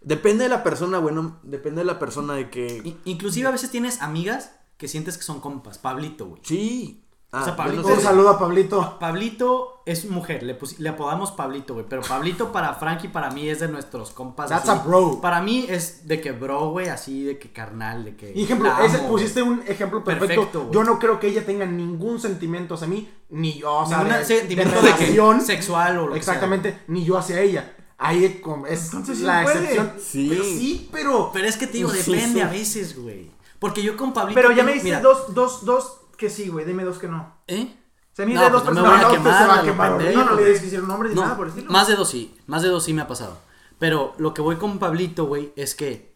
D: Depende de la persona, güey, no- depende de la persona de que...
A: I- Inclusive a veces tienes amigas que sientes que son compas. Pablito, güey.
D: Sí. Ah,
A: sea,
D: yo
A: Pablito-
D: sé.
B: Un saludo a Pablito.
A: Pablito es mujer, le, pusi- le apodamos Pablito, güey. Pero Pablito para Frank y para mí es de nuestros compas.
B: That's
A: así.
B: a bro.
A: Para mí es de que bro, güey, así de que carnal, de que.
B: Y ejemplo,
A: la
B: ese,
A: amo,
B: pusiste un ejemplo perfecto.
A: Perfecto, güey.
B: yo no creo que ella tenga ningún sentimiento hacia mí, ni yo, o
A: güey.
B: sea,
A: Ningún
B: de-
A: sentimiento
B: de
A: de, que
B: relación,
A: sexual o lo que sea.
B: exactamente, ni yo hacia ella. Ahí es como- es
C: Entonces sí
B: la
C: puede.
B: excepción.
D: Sí.
B: Pero sí, pero...
A: Pero es que te digo,
D: Sí,
A: depende
D: sí.
A: a veces, güey. Porque yo con Pablito.
C: Pero ya
A: tengo-
C: me dices
A: mira,
C: dos, dos, dos que sí, güey. Dime dos que no.
A: ¿Eh?
C: Se me
A: No,
C: de
A: pues
C: dos
A: no me
C: personas.
A: voy a
C: no,
A: quemar,
C: usted se va
A: a
C: a
A: lo
C: quemar, güey.
A: pendejo.
C: No, no le digas que hicieron nombres ni
A: No,
C: nada por el estilo.
A: más de dos sí, más de dos sí me ha pasado. Pero lo que voy con Pablito, güey, es que.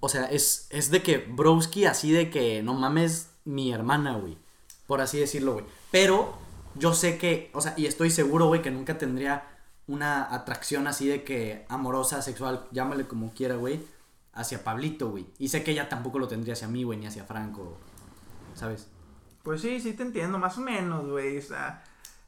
A: O sea, es, es de que Broski así de que no mames mi hermana, güey. Por así decirlo, güey. Pero yo sé que, o sea, y estoy seguro, güey, que nunca tendría una atracción así de que amorosa, sexual, llámale como quiera, güey, hacia Pablito, güey. Y sé que ella tampoco lo tendría hacia mí, güey, ni hacia Franco, ¿sabes?
C: Pues sí, sí te entiendo, más o menos, güey. O sea,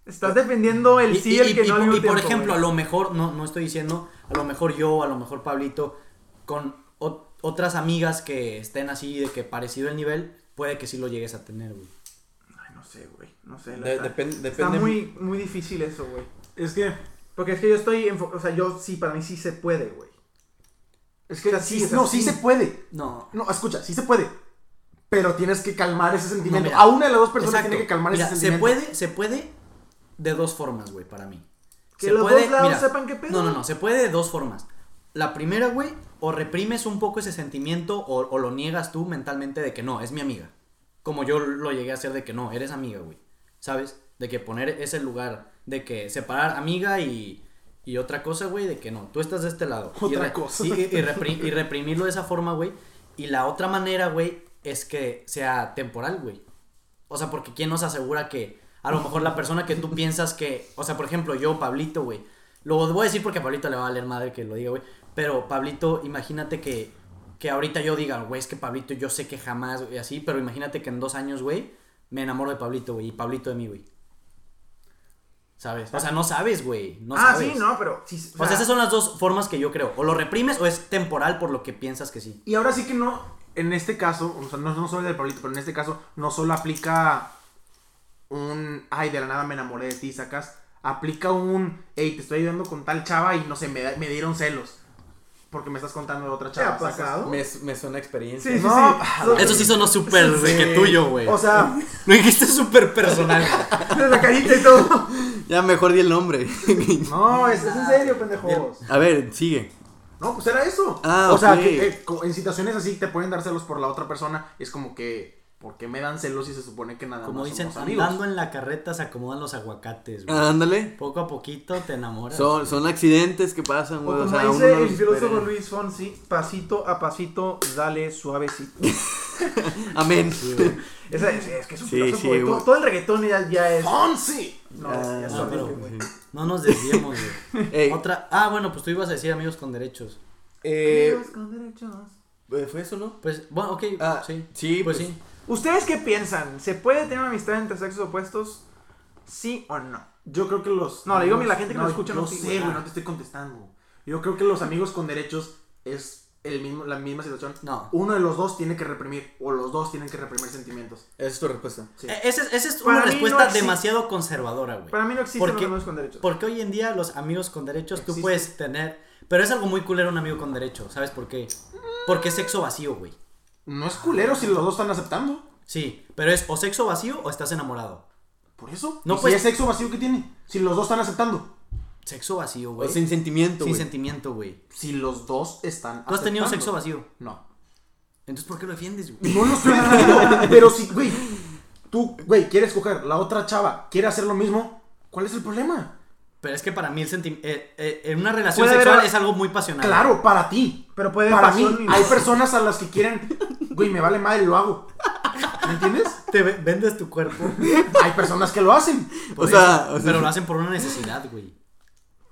C: estás defendiendo el sí, el que no. al
A: y
C: mismo
A: por
C: tiempo,
A: ejemplo,
C: güey.
A: a lo mejor, no, no estoy diciendo, a lo mejor yo, a lo mejor Pablito, con ot- otras amigas que estén así de que parecido el nivel, puede que sí lo llegues a tener, güey.
C: Ay, no sé, güey. No sé. la
D: De-
C: verdad.
D: depen-
C: Está
D: depende...
C: muy, muy difícil eso, güey.
B: Es que...
C: Porque es que yo estoy. enfo- O sea, yo sí, para mí sí se puede, güey.
B: Es que
C: O sea, sí, o sea,
B: no,
C: sí.
B: sí se puede.
A: No.
B: No, escucha, sí se puede. Pero tienes que calmar ese sentimiento.
A: mira.
B: a una de las dos personas
A: Exacto.
B: tiene que calmar
A: Mira,
B: ese
A: se
B: sentimiento.
A: puede, se puede de dos formas, güey, para mí.
C: Que
A: Se
C: los
A: puede-
C: dos lados sepan qué pedo.
A: No, no, no, se puede de dos formas. La primera, güey, o reprimes un poco ese sentimiento o, o lo niegas tú mentalmente de que no, es mi amiga. Como yo lo llegué a hacer de que no, eres amiga, güey. ¿Sabes? De que poner ese lugar, de que separar amiga y, y otra cosa, güey, de que no, tú estás de este lado. y
B: Otra
A: re-
B: cosa.
A: Y, y- y repri- y reprimirlo de esa forma, güey. Y la otra manera, güey, es que sea temporal, güey. O sea, porque ¿quién nos asegura que a lo mejor la persona que tú piensas que... O sea, por ejemplo, yo, Pablito, güey. Lo voy a decir porque a Pablito le va a valer madre que lo diga, güey. Pero, Pablito, imagínate que, que ahorita yo diga, güey, es que Pablito yo sé que jamás, güey, así. Pero imagínate que en dos años, güey, me enamoro de Pablito, güey. Y Pablito de mí, güey. ¿Sabes? O sea, no sabes, güey. No
C: ah,
A: sabes.
C: sí, no, pero. Sí,
A: O sea, esas son las dos formas que yo creo. O lo reprimes o es temporal por lo que piensas que sí.
B: Y ahora sí que no, en este caso, o sea, no, no solo el del Pablito, pero en este caso no solo aplica un, ay, de la nada me enamoré de ti, sacas, aplica un, hey, te estoy ayudando con tal chava y no sé, me, da- me dieron celos. Porque me estás contando de otra
C: ¿Te ha
B: chava. sacas.
C: pasado?
D: Me, me suena experiencia.
C: Sí, sí,
B: No,
C: sí.
A: Eso sí sonó súper de que tuyo, güey.
B: O sea,
A: Lo dijiste súper personal.
C: De la carita y todo.
D: Ya mejor di el nombre.
B: no, es, es en serio, pendejos.
D: A ver, sigue.
B: No, pues era eso.
D: Ah,
B: o sea,
D: ok.
B: que, eh, co- en situaciones así te pueden dar celos por la otra persona. Es como que, ¿por qué me dan celos si se supone que nada
A: Como
B: más
A: dicen,
B: somos amigos?
A: andando en la carreta se acomodan los aguacates, güey.
D: Ándale.
A: Poco a poquito te enamoras.
D: Ah. Son, son accidentes que pasan,
C: O
D: güey. O,
C: como
D: sea, uno
C: dice
D: no los
C: el filósofo
D: espera.
C: Luis Fonsi, pasito a pasito, dale suavecito.
D: Amén.
C: Esa, es, es que es un
D: Sí,
C: pedazo,
D: sí,
C: güey.
D: güey.
C: Todo, todo el reggaetón ya, ya es.
B: ¡Fonsi!
C: No,
D: Ah,
C: ya es
A: no,
C: horrible,
A: pero-
C: güey.
A: No nos desviemos, güey.
D: Ey,
A: Otra. Ah, bueno, pues tú ibas a decir amigos con derechos.
D: eh,
C: Amigos con derechos.
D: eh, ¿Fue eso, no?
A: Pues, bueno, ok.
D: Ah,
A: sí.
D: sí,
A: pues,
D: pues-
A: sí.
C: ¿Ustedes qué piensan? ¿Se puede tener una amistad entre sexos opuestos? ¿Sí o no?
B: Yo creo que los.
C: No, le digo a mí, la gente que nos escucha
B: no
C: no
B: sé,
C: sigue,
B: güey,
C: güey.
B: no te "Ah". estoy contestando. Yo creo que los amigos con derechos es el mismo, la misma situación.
A: No.
B: Uno de los dos tiene que reprimir, o los dos tienen que reprimir sentimientos.
D: Esa es tu respuesta.
B: Sí.
A: Eh, Esa es, esa es
C: Para
A: una
C: mí no
A: respuesta
C: existe-
A: demasiado conservadora, güey.
C: Para mí no existen
A: ¿Por
C: los
A: qué?
C: amigos con derechos.
A: Porque hoy en día los amigos con derechos tú
B: Existen.
A: puedes tener. Pero es algo muy culero un amigo con derechos, ¿sabes por qué? Porque es sexo vacío, güey.
B: No es culero si los dos están aceptando.
A: Sí, pero es o sexo vacío o estás enamorado.
B: Por eso.
A: No,
B: No,
A: pues-
B: Si es sexo vacío que tiene. Si los dos están aceptando.
A: Sexo vacío,
D: O
A: güey.
D: sin sentimiento,
A: Pues Sin
D: güey.
A: sentimiento, güey.
B: Si los dos están
A: ¿Tú has tenido sexo
B: aceptando.
A: vacío?
B: No.
A: Entonces, ¿por qué lo defiendes, güey?
B: No lo estoy diciendo, pero si, güey, tú, güey, quieres coger, la otra chava quiere hacer lo mismo, ¿cuál es el problema?
A: Pero es que para mí el sentimiento. en una relación
C: Puede haber-
A: sexual es algo muy pasional.
B: Claro, para ti.
C: Pero puede
B: Para mí,
C: pasión y-
B: hay personas a las que quieren, güey, me vale madre, lo hago. ¿Me entiendes?
A: Te ve- vendes tu cuerpo.
B: Hay personas que lo hacen.
D: O sea, o sea,
A: Pero lo hacen por una necesidad, güey.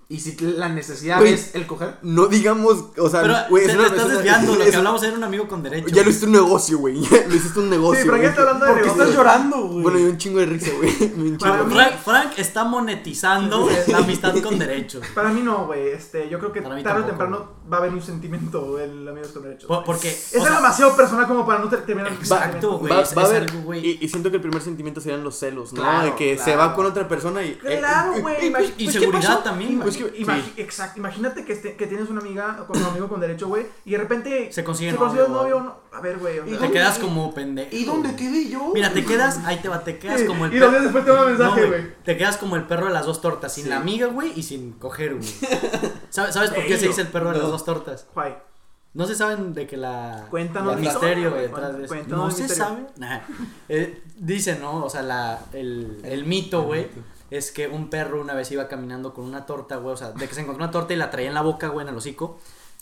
B: Y si la necesidad
D: Güey.
B: es el coger,
D: no digamos, o sea,
A: Pero
D: güey, es
A: te,
D: una-
A: te estás
D: es una-
A: desviando. Lo
D: es-
A: que hablamos era un amigo con derechos.
D: Ya lo hiciste un negocio, güey. Ya lo hiciste un negocio.
C: Sí, pero
D: güey.
C: ya está hablando de
B: ¿por qué
C: negocio.
B: estás llorando, güey?
D: Bueno, yo un chingo de risa, güey. Me un
C: Para
D: chingo.
C: mí-
A: Frank, Frank está monetizando la amistad con derechos.
C: Para mí no, güey. Este, yo creo que
A: Para mí
C: tarde o
A: tampoco,
C: temprano va a haber un sentimiento el amigos con derechos.
A: Po- porque.
C: es
A: o sea,
C: demasiado personal como para no ter- terminar.
A: Exacto, Eh, güey.
D: Va-
A: Es,
D: va a
A: es
D: haber-
A: algo, güey.
D: y, y siento que el primer sentimiento serían los celos, ¿no?
B: Claro,
D: de que
B: claro.
D: se va con otra persona y. eh,
C: Claro, güey.
A: eh, Y
C: imagi- pues, ¿qué
A: seguridad
C: pasó?
A: también,
C: Ima-
A: güey.
D: Pues que-
C: imagi-
D: sí.
C: Exacto. Imagínate que, este- que tienes una amiga con un amigo con derecho, güey, y de repente
A: Se consigue
C: se consigue un
A: novio,
C: novio. no- A ver, güey. o sea-
A: Te quedas como pendejo.
B: ¿y dónde
A: güey.
B: quedé yo?
A: Mira, te quedas, ahí te va, te quedas
C: Sí,
A: como el
C: y dos días
A: perro-
C: después te manda mensaje,
A: No,
C: güey.
A: Te quedas como el perro de las dos tortas, sin
B: Sí.
A: la amiga, güey, y sin coger, güey. ¿Sabes, ¿Sabes por qué
C: Ey,
A: se
C: no.
A: dice el perro de las
D: No.
A: dos tortas?
C: Guay.
A: No se saben de que la.
C: Cuéntanos
A: el
C: mi
A: misterio,
C: historia,
A: güey,
C: güey.
A: detrás de eso.
C: Cuéntanos
A: No
C: mi
A: se
C: misterio.
A: sabe. Nah. Eh, dice, ¿no? O sea, la, el, el mito, güey. Es que un perro una vez iba caminando con una torta, güey. O sea, de que se encontró una torta y la traía en la boca, güey, en el hocico.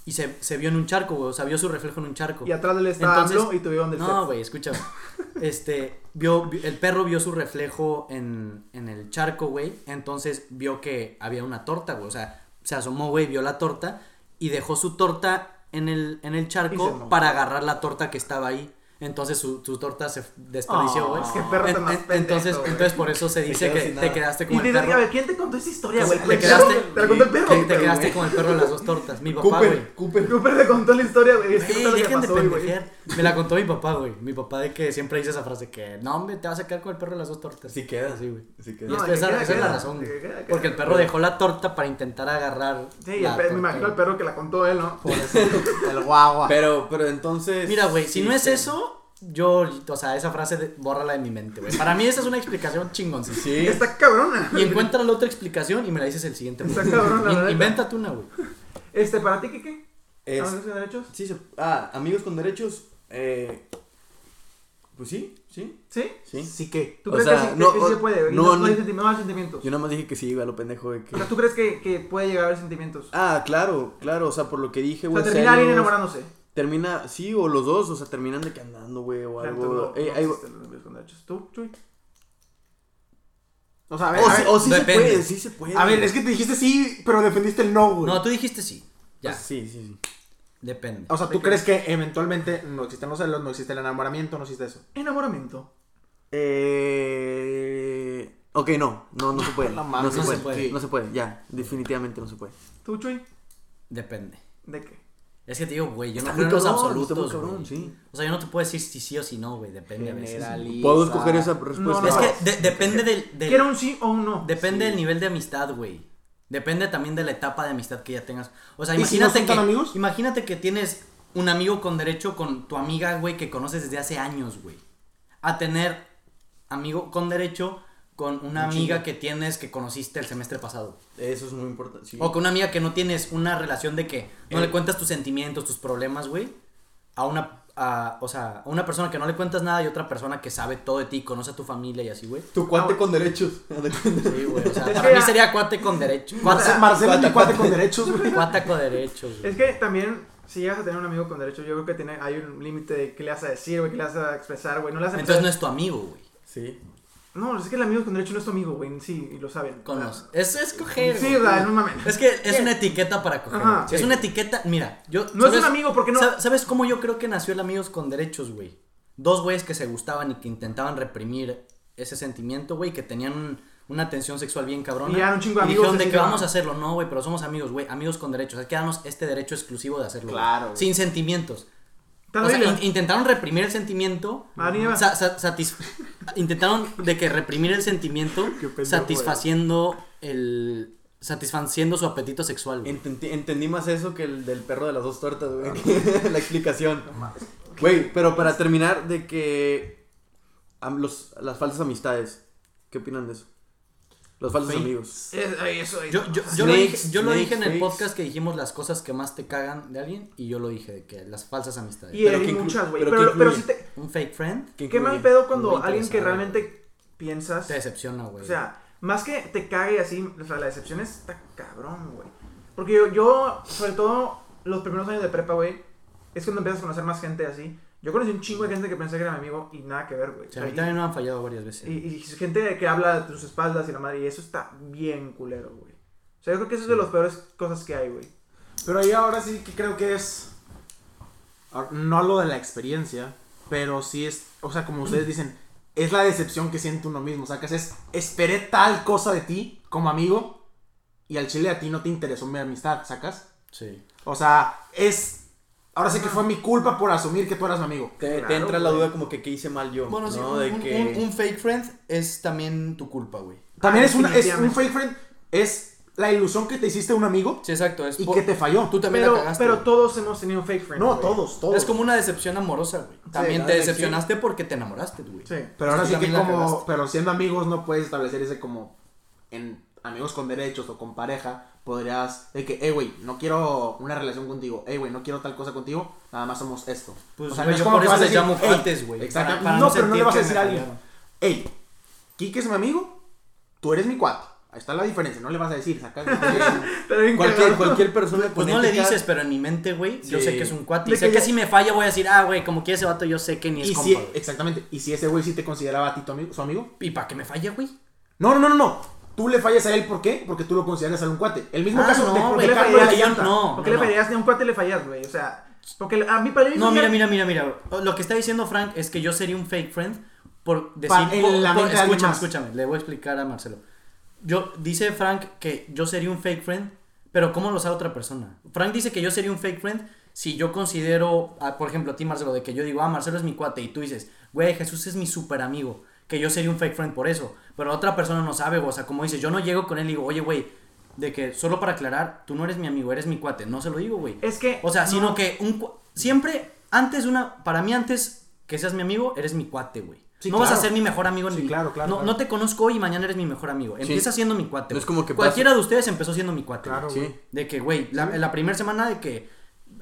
A: Y se, se vio en un charco, güey. O sea, vio su reflejo en un charco.
C: Y atrás de él está
A: Pues, Entonces-
C: AMLO y tuvieron del
A: No, güey, escúchame. Este, vio, vi- el perro vio su reflejo en, en el charco, güey. Entonces vio que había una torta, güey. O sea, se asomó, güey, vio la torta y dejó su torta en el, en el
C: Y se
A: charco
C: enojó.
A: para agarrar la torta que estaba ahí. Entonces su, su torta se desperdició,
C: Oh,
A: güey.
C: es que perro
A: En-
C: tan más
A: en-
C: pendejo,
A: entonces,
C: güey.
A: entonces por eso se dice
D: quedó
A: que
D: sin
A: te
D: nada.
A: quedaste
C: Y
A: como el
C: dices, a
A: perro. Pues,
C: ver, ¿quién te contó esa historia,
A: Te
C: güey? ¿El perro?
A: quedaste-
C: Te la contó el perro.
A: que te
C: güey.
A: quedaste con el perro de las dos tortas. Mi papá, güey.
D: Cooper.
C: Cooper le contó la historia, güey. Es que
A: Güey,
C: no sabe lo que
A: dejen de
C: pasó, hoy, güey.
A: pendejear. Me la contó mi papá, güey. Mi papá de que siempre dice esa frase que no, hombre, te vas a quedar con el perro de las dos tortas.
D: Sí queda.
A: Sí, güey.
D: Así que.
A: Y
C: No,
A: esto-
C: que
A: esa,
C: queda,
A: esa es la
C: queda,
A: razón.
C: que
A: güey.
C: queda, queda.
A: Porque el perro dejó la torta para intentar agarrar.
C: Sí, el
A: la
C: perro-
A: torta,
C: me imagino
A: güey.
C: al perro que la contó él, ¿no?
B: Por eso, el guagua.
D: Pero, pero entonces.
A: Mira, güey, si
D: sí,
A: no es
D: sí.
A: eso, yo, o sea, esa frase, de- bórrala de mi mente, güey. Para mí esa es una explicación chingoncísima.
D: Sí.
C: Está cabrona.
A: Y encuentra la otra explicación y me la dices el siguiente.
C: Está
A: güey.
C: cabrón, la
A: In-
C: verdad.
A: Invéntate una, güey.
C: Este, ¿para ti qué qué?
D: Es-
C: ¿Amigos con derechos?
D: sí, se- ah, amigos con derechos. Eh, pues sí, sí,
C: ¿Sí?
D: sí.
B: Así que,
C: ¿Tú
D: O
C: crees
D: sea,
C: que, sí, que-
D: no,
C: que sí se
D: o-
C: puede?
D: no,
C: No, no,
D: no.
C: hay sentimientos, no hay sentimientos.
D: Yo nada más dije que sí, iba a lo pendejo de que.
C: O sea, ¿tú crees que, que puede llegar a haber sentimientos?
D: Ah, claro, claro, o sea, por lo que dije,
C: o
D: güey.
C: sea, termina alguien
D: celos,
C: enamorándose.
D: Termina, sí, o los dos, o sea, terminan de que andando, güey, o
C: Claro,
D: algo.
C: tú no-
D: Eh,
C: no
D: ahí-
C: existen los amigos con derechos. ¿Tú, Chuy?
B: o sea, a ver,
D: o,
B: a
D: sí-
B: ver,
D: o sí
A: depende.
D: se puede, sí se puede.
B: a ver, es que te dijiste sí, pero defendiste el no, güey.
A: No, tú dijiste sí. Ya,
D: Pues Sí, sí, sí.
A: depende.
B: O sea, ¿tú crees que eventualmente no existen los celos, no existe el enamoramiento, no existe eso?
C: Enamoramiento.
D: Eh... Ok, no, no, no se puede.
B: No
D: No,
B: mames,
D: se,
A: no se
D: puede,
A: puede.
D: no se puede, ya, definitivamente no se puede.
C: ¿Tú, Chuy?
A: Depende.
C: ¿De qué?
A: Es que te digo, güey, yo no
D: Está
A: creo en
D: muy
A: los
D: cabrón,
A: absolutos.
D: está muy
A: güey.
D: cabrón, sí.
A: O sea, yo no te puedo decir si sí o si no, güey. Depende a veces.
D: ¿Puedo escoger esa
C: No,
D: respuesta?
C: no,
A: Es
C: no.
A: que de- depende del. del-
C: ¿Quiero un sí o un no?
A: Depende del nivel de amistad, güey. Depende también de la etapa de amistad que ya tengas. O sea,
B: ¿Y si no
A: imagínate
B: son
A: que.
B: tan amigos?
A: Imagínate que tienes un amigo con derecho con tu amiga, güey, que conoces desde hace años, güey. A tener amigo con derecho con una amiga que tienes que conociste el semestre pasado.
D: Eso es muy importante, sí.
A: O con una amiga que no tienes una relación de que no le cuentas tus sentimientos, tus problemas, güey. A una, a- o sea, a una persona que no le cuentas nada y otra persona que sabe todo de ti, conoce a tu familia y así, güey.
D: Tu cuate con derechos.
A: Sí, güey. O sea,
C: Es
A: para
C: que
A: mí
C: ya-
A: sería cuate con derecho.
B: Marce-
A: Cuata,
B: Marcelo es mi cuate con derechos, güey.
A: cuata con derechos, güey.
C: Es que también Si llegas a tener un amigo con derecho, yo creo que tiene, hay un límite de qué le vas a decir, güey, qué le vas a expresar, güey. No le vas a
A: Entonces no es tu amigo, güey.
D: Sí.
C: No, es que el amigo con derecho no es tu amigo, güey, sí, y lo saben.
A: Con los- Es, es coger.
C: Sí,
A: güey.
C: o sea, no mames.
A: Es que es una etiqueta para coger.
C: Ajá,
A: güey. Es una etiqueta. Mira, yo.
C: No es un amigo, porque no-
A: sa- ¿Sabes cómo yo creo que nació el Amigos con Derechos, güey? Dos güeyes que se gustaban y que intentaban reprimir ese sentimiento, güey, que tenían un- una tensión sexual bien cabrona.
C: Y eran un chingo de
A: Y
C: amigos,
A: dijeron de
C: así
A: que
C: que-
A: vamos a hacerlo. No, güey, pero somos amigos, güey. Amigos con derechos. Hay que darnos este derecho exclusivo de hacerlo. güey.
B: Claro, güey.
A: Sin sentimientos.
C: Está
A: O sea,
C: horrible.
A: in- intentaron reprimir el sentimiento.
C: Ah, ni va.
A: sa- sa- satis- intentaron de que reprimir el sentimiento
B: Qué pendejo
A: satisfaciendo el satisfaciendo su apetito sexual. güey.
D: Entendí, entendí más eso que el del perro de las dos tortas, güey. la explicación. Güey, pero para terminar, de que. am- los- las falsas amistades. ¿Qué opinan de eso? Los falsos
A: Fake.
D: amigos.
C: Es- ay, eso, ay,
A: Yo,
C: no.
A: yo- yo lo
D: Snakes,
A: dije, yo lo
D: snakes,
A: dije en el
D: snakes.
A: podcast que dijimos las cosas que más te cagan de alguien y yo lo dije de que las falsas amistades.
C: y
D: pero
C: hay
D: ¿qué inclu-
C: muchas, güey.
D: pero
C: Pero,
D: ¿qué
C: pero,
D: incluye?
C: si te.
A: Un fake friend
D: ¿Qué
C: Qué
D: incluye?
C: mal pedo cuando
A: Muy
C: alguien que
A: interesante,
C: realmente piensas.
A: te decepciona, güey.
C: O sea, más que te cague así, o sea, la decepción está cabrón, güey. Porque yo, yo, sobre todo, los primeros años de prepa, güey, es cuando empiezas a conocer más gente así. Yo conocí un chingo de gente que pensé que era mi amigo y nada que ver, güey.
A: O sea, a mí
C: O sea,
A: también me han fallado varias veces.
C: y, y- y gente que habla de tus espaldas y la madre, y eso está bien culero, güey. O sea, yo creo que eso es de las peores cosas que hay, güey.
B: Pero yo ahora sí que creo que es. ahora, No lo de la experiencia, pero sí es. O sea, como ustedes dicen, es la decepción que siente uno mismo. Sacas, es. Esperé tal cosa de ti como amigo y al chile a ti no te interesó mi amistad, ¿sacas?
A: Sí.
B: O sea, es. Ahora sí que fue mi culpa por asumir que tú eras mi amigo.
D: Te, te
C: Claro,
D: entra la
C: güey.
D: duda como que qué hice mal yo.
A: Bueno, sí,
D: ¿no?
A: un,
D: de
A: un-
D: que...
A: un- un fake friend es también tu culpa, güey.
B: También es, una, es un
C: Definitivamente.
B: fake friend. Es la ilusión que te hiciste de un amigo
A: Sí, exacto. Es
B: y
A: por-
B: que te falló.
A: Tú también
C: Pero,
A: la cagaste.
C: pero
A: güey.
C: todos hemos tenido fake friends.
B: No,
C: güey.
B: todos, todos.
A: Es como una decepción amorosa, güey. También
B: la
A: te
B: decepción.
A: decepcionaste porque te enamoraste, güey.
C: Sí.
B: Pero ahora
A: Tú
B: sí que
A: también la
B: como,
A: cagaste.
B: pero siendo amigos no puedes establecer ese como en amigos con derechos o con pareja, podrías de que, hey, güey, no quiero una relación contigo, hey, güey, no quiero tal cosa contigo, nada más somos esto.
A: Pues,
B: o sea,
A: güey,
B: no es
A: yo
B: como
A: por
B: que
A: eso
B: vas a
A: les
B: decir,
A: llamo
B: "Ey,
A: cuates, güey,
B: Exacto.
A: para- para
B: no,
A: no
B: pero no le
A: sentir
B: vas a
A: que
B: decir
A: me
B: a alguien, Pues
A: fallaron.
B: hey, Kike es mi amigo, tú eres mi cuate. Ahí está la diferencia, no le vas a decir, saca. Sí.
C: Pero bien
D: Cualquier,
C: cagado.
D: cualquier persona
A: Pues no le
D: con ética-
A: dices, pero en mi mente, güey, yo
D: Sí.
A: sé que es un cuate. Y
C: De
A: sé
C: que
A: que
C: ya-
A: si me falla voy a decir, ah, güey, como quiera ese vato, yo sé que ni es
B: y
A: compa,
B: si,
A: güey.
B: exactamente, y si ese güey sí te consideraba a ti tu amigo, su amigo,
A: ¿Y para qué me falla, güey?
B: No, no, no, no, no. Tú le fallas a él, ¿por qué? Porque tú lo consideras a un cuate. El mismo
A: Ah,
B: caso
A: no,
B: de
C: ¿Por
B: por
C: qué
A: güey,
B: qué
C: le
B: Carlos
A: Carlos,
C: fallas?
B: la llanta.
A: no.
C: ¿Por qué le fallas? Ni a un cuate le fallas, güey. O sea, porque a mí para mí.
A: No,
C: fallar-
A: mira, mira, mira, mira. Lo que está diciendo Frank es que yo sería un fake friend por decir.
B: Pa- en
A: por-
B: la
A: por-
B: mente de alguien
A: escúchame,
B: más.
A: escúchame, le voy a explicar a Marcelo. Yo, dice Frank que yo sería un fake friend, pero ¿cómo lo sabe otra persona? Frank dice que yo sería un fake friend si yo considero, ah, por ejemplo, a ti, Marcelo, de que yo digo, ah, Marcelo es mi cuate, y tú dices, güey, Jesús es mi super amigo, que yo sería un fake friend por eso, pero otra persona no sabe, o sea, como dices, yo no llego con él y digo, oye, güey, de que solo para aclarar, tú no eres mi amigo, eres mi cuate, no se lo digo, güey.
C: Es que.
A: O sea,
C: no.
A: sino que un cu- siempre antes una para mí antes que seas mi amigo, eres mi cuate, güey.
B: Sí,
A: no vas a
B: claro.
A: ser mi mejor amigo.
B: Sí,
A: ni-
B: claro, claro,
A: No,
B: claro.
A: no te conozco hoy y mañana eres mi mejor amigo. Empieza siendo mi cuate.
D: No es
A: güey.
D: como que
A: Cualquiera de ustedes empezó siendo mi cuate.
B: Claro,
A: güey.
D: Sí.
B: güey.
A: De que, güey, la, la primera semana de que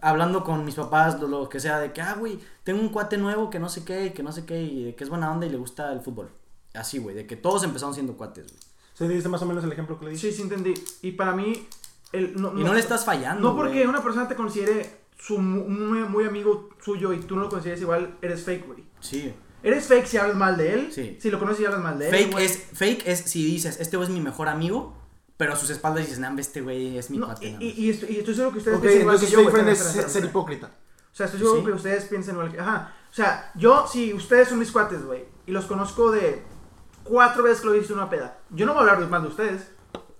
A: hablando con mis papás, lo, lo que sea, de que, ah, güey, tengo un cuate nuevo que no sé qué, que no sé qué, y de que es buena onda y le gusta el fútbol. Así, güey, de que todos empezaron siendo cuates, güey.
B: ¿Se dice más o menos el ejemplo que le
C: Sí, sí, entendí. Y para mí. El, no,
A: Y no le estás fallando,
C: No porque
A: güey.
C: una persona te considere su mu- muy, muy amigo suyo y tú no lo consideres igual, eres fake, güey.
A: Sí.
C: Eres fake si hablas mal de él.
A: Sí.
C: Si lo conoces y hablas mal de él.
A: Fake
C: güey.
A: es, fake es si dices, este güey es mi mejor amigo, pero a sus espaldas dices, nah, hombre, este güey es mi
C: No,
A: cuate.
C: y,
A: nada
C: y,
A: más".
C: y estoy, y estoy seguro que ustedes
B: Ok,
C: piensan igual que
B: entonces
C: yo.
B: fake
C: güey.
B: friend es
C: Espera,
B: ser,
C: espera,
B: ser
C: espera.
B: hipócrita.
C: O sea, estoy seguro
A: Sí.
C: que ustedes piensan igual que. Ajá. O sea, yo, si ustedes son mis cuates, güey, y los conozco de cuatro veces que lo hice en una peda, yo no voy a hablar más de ustedes.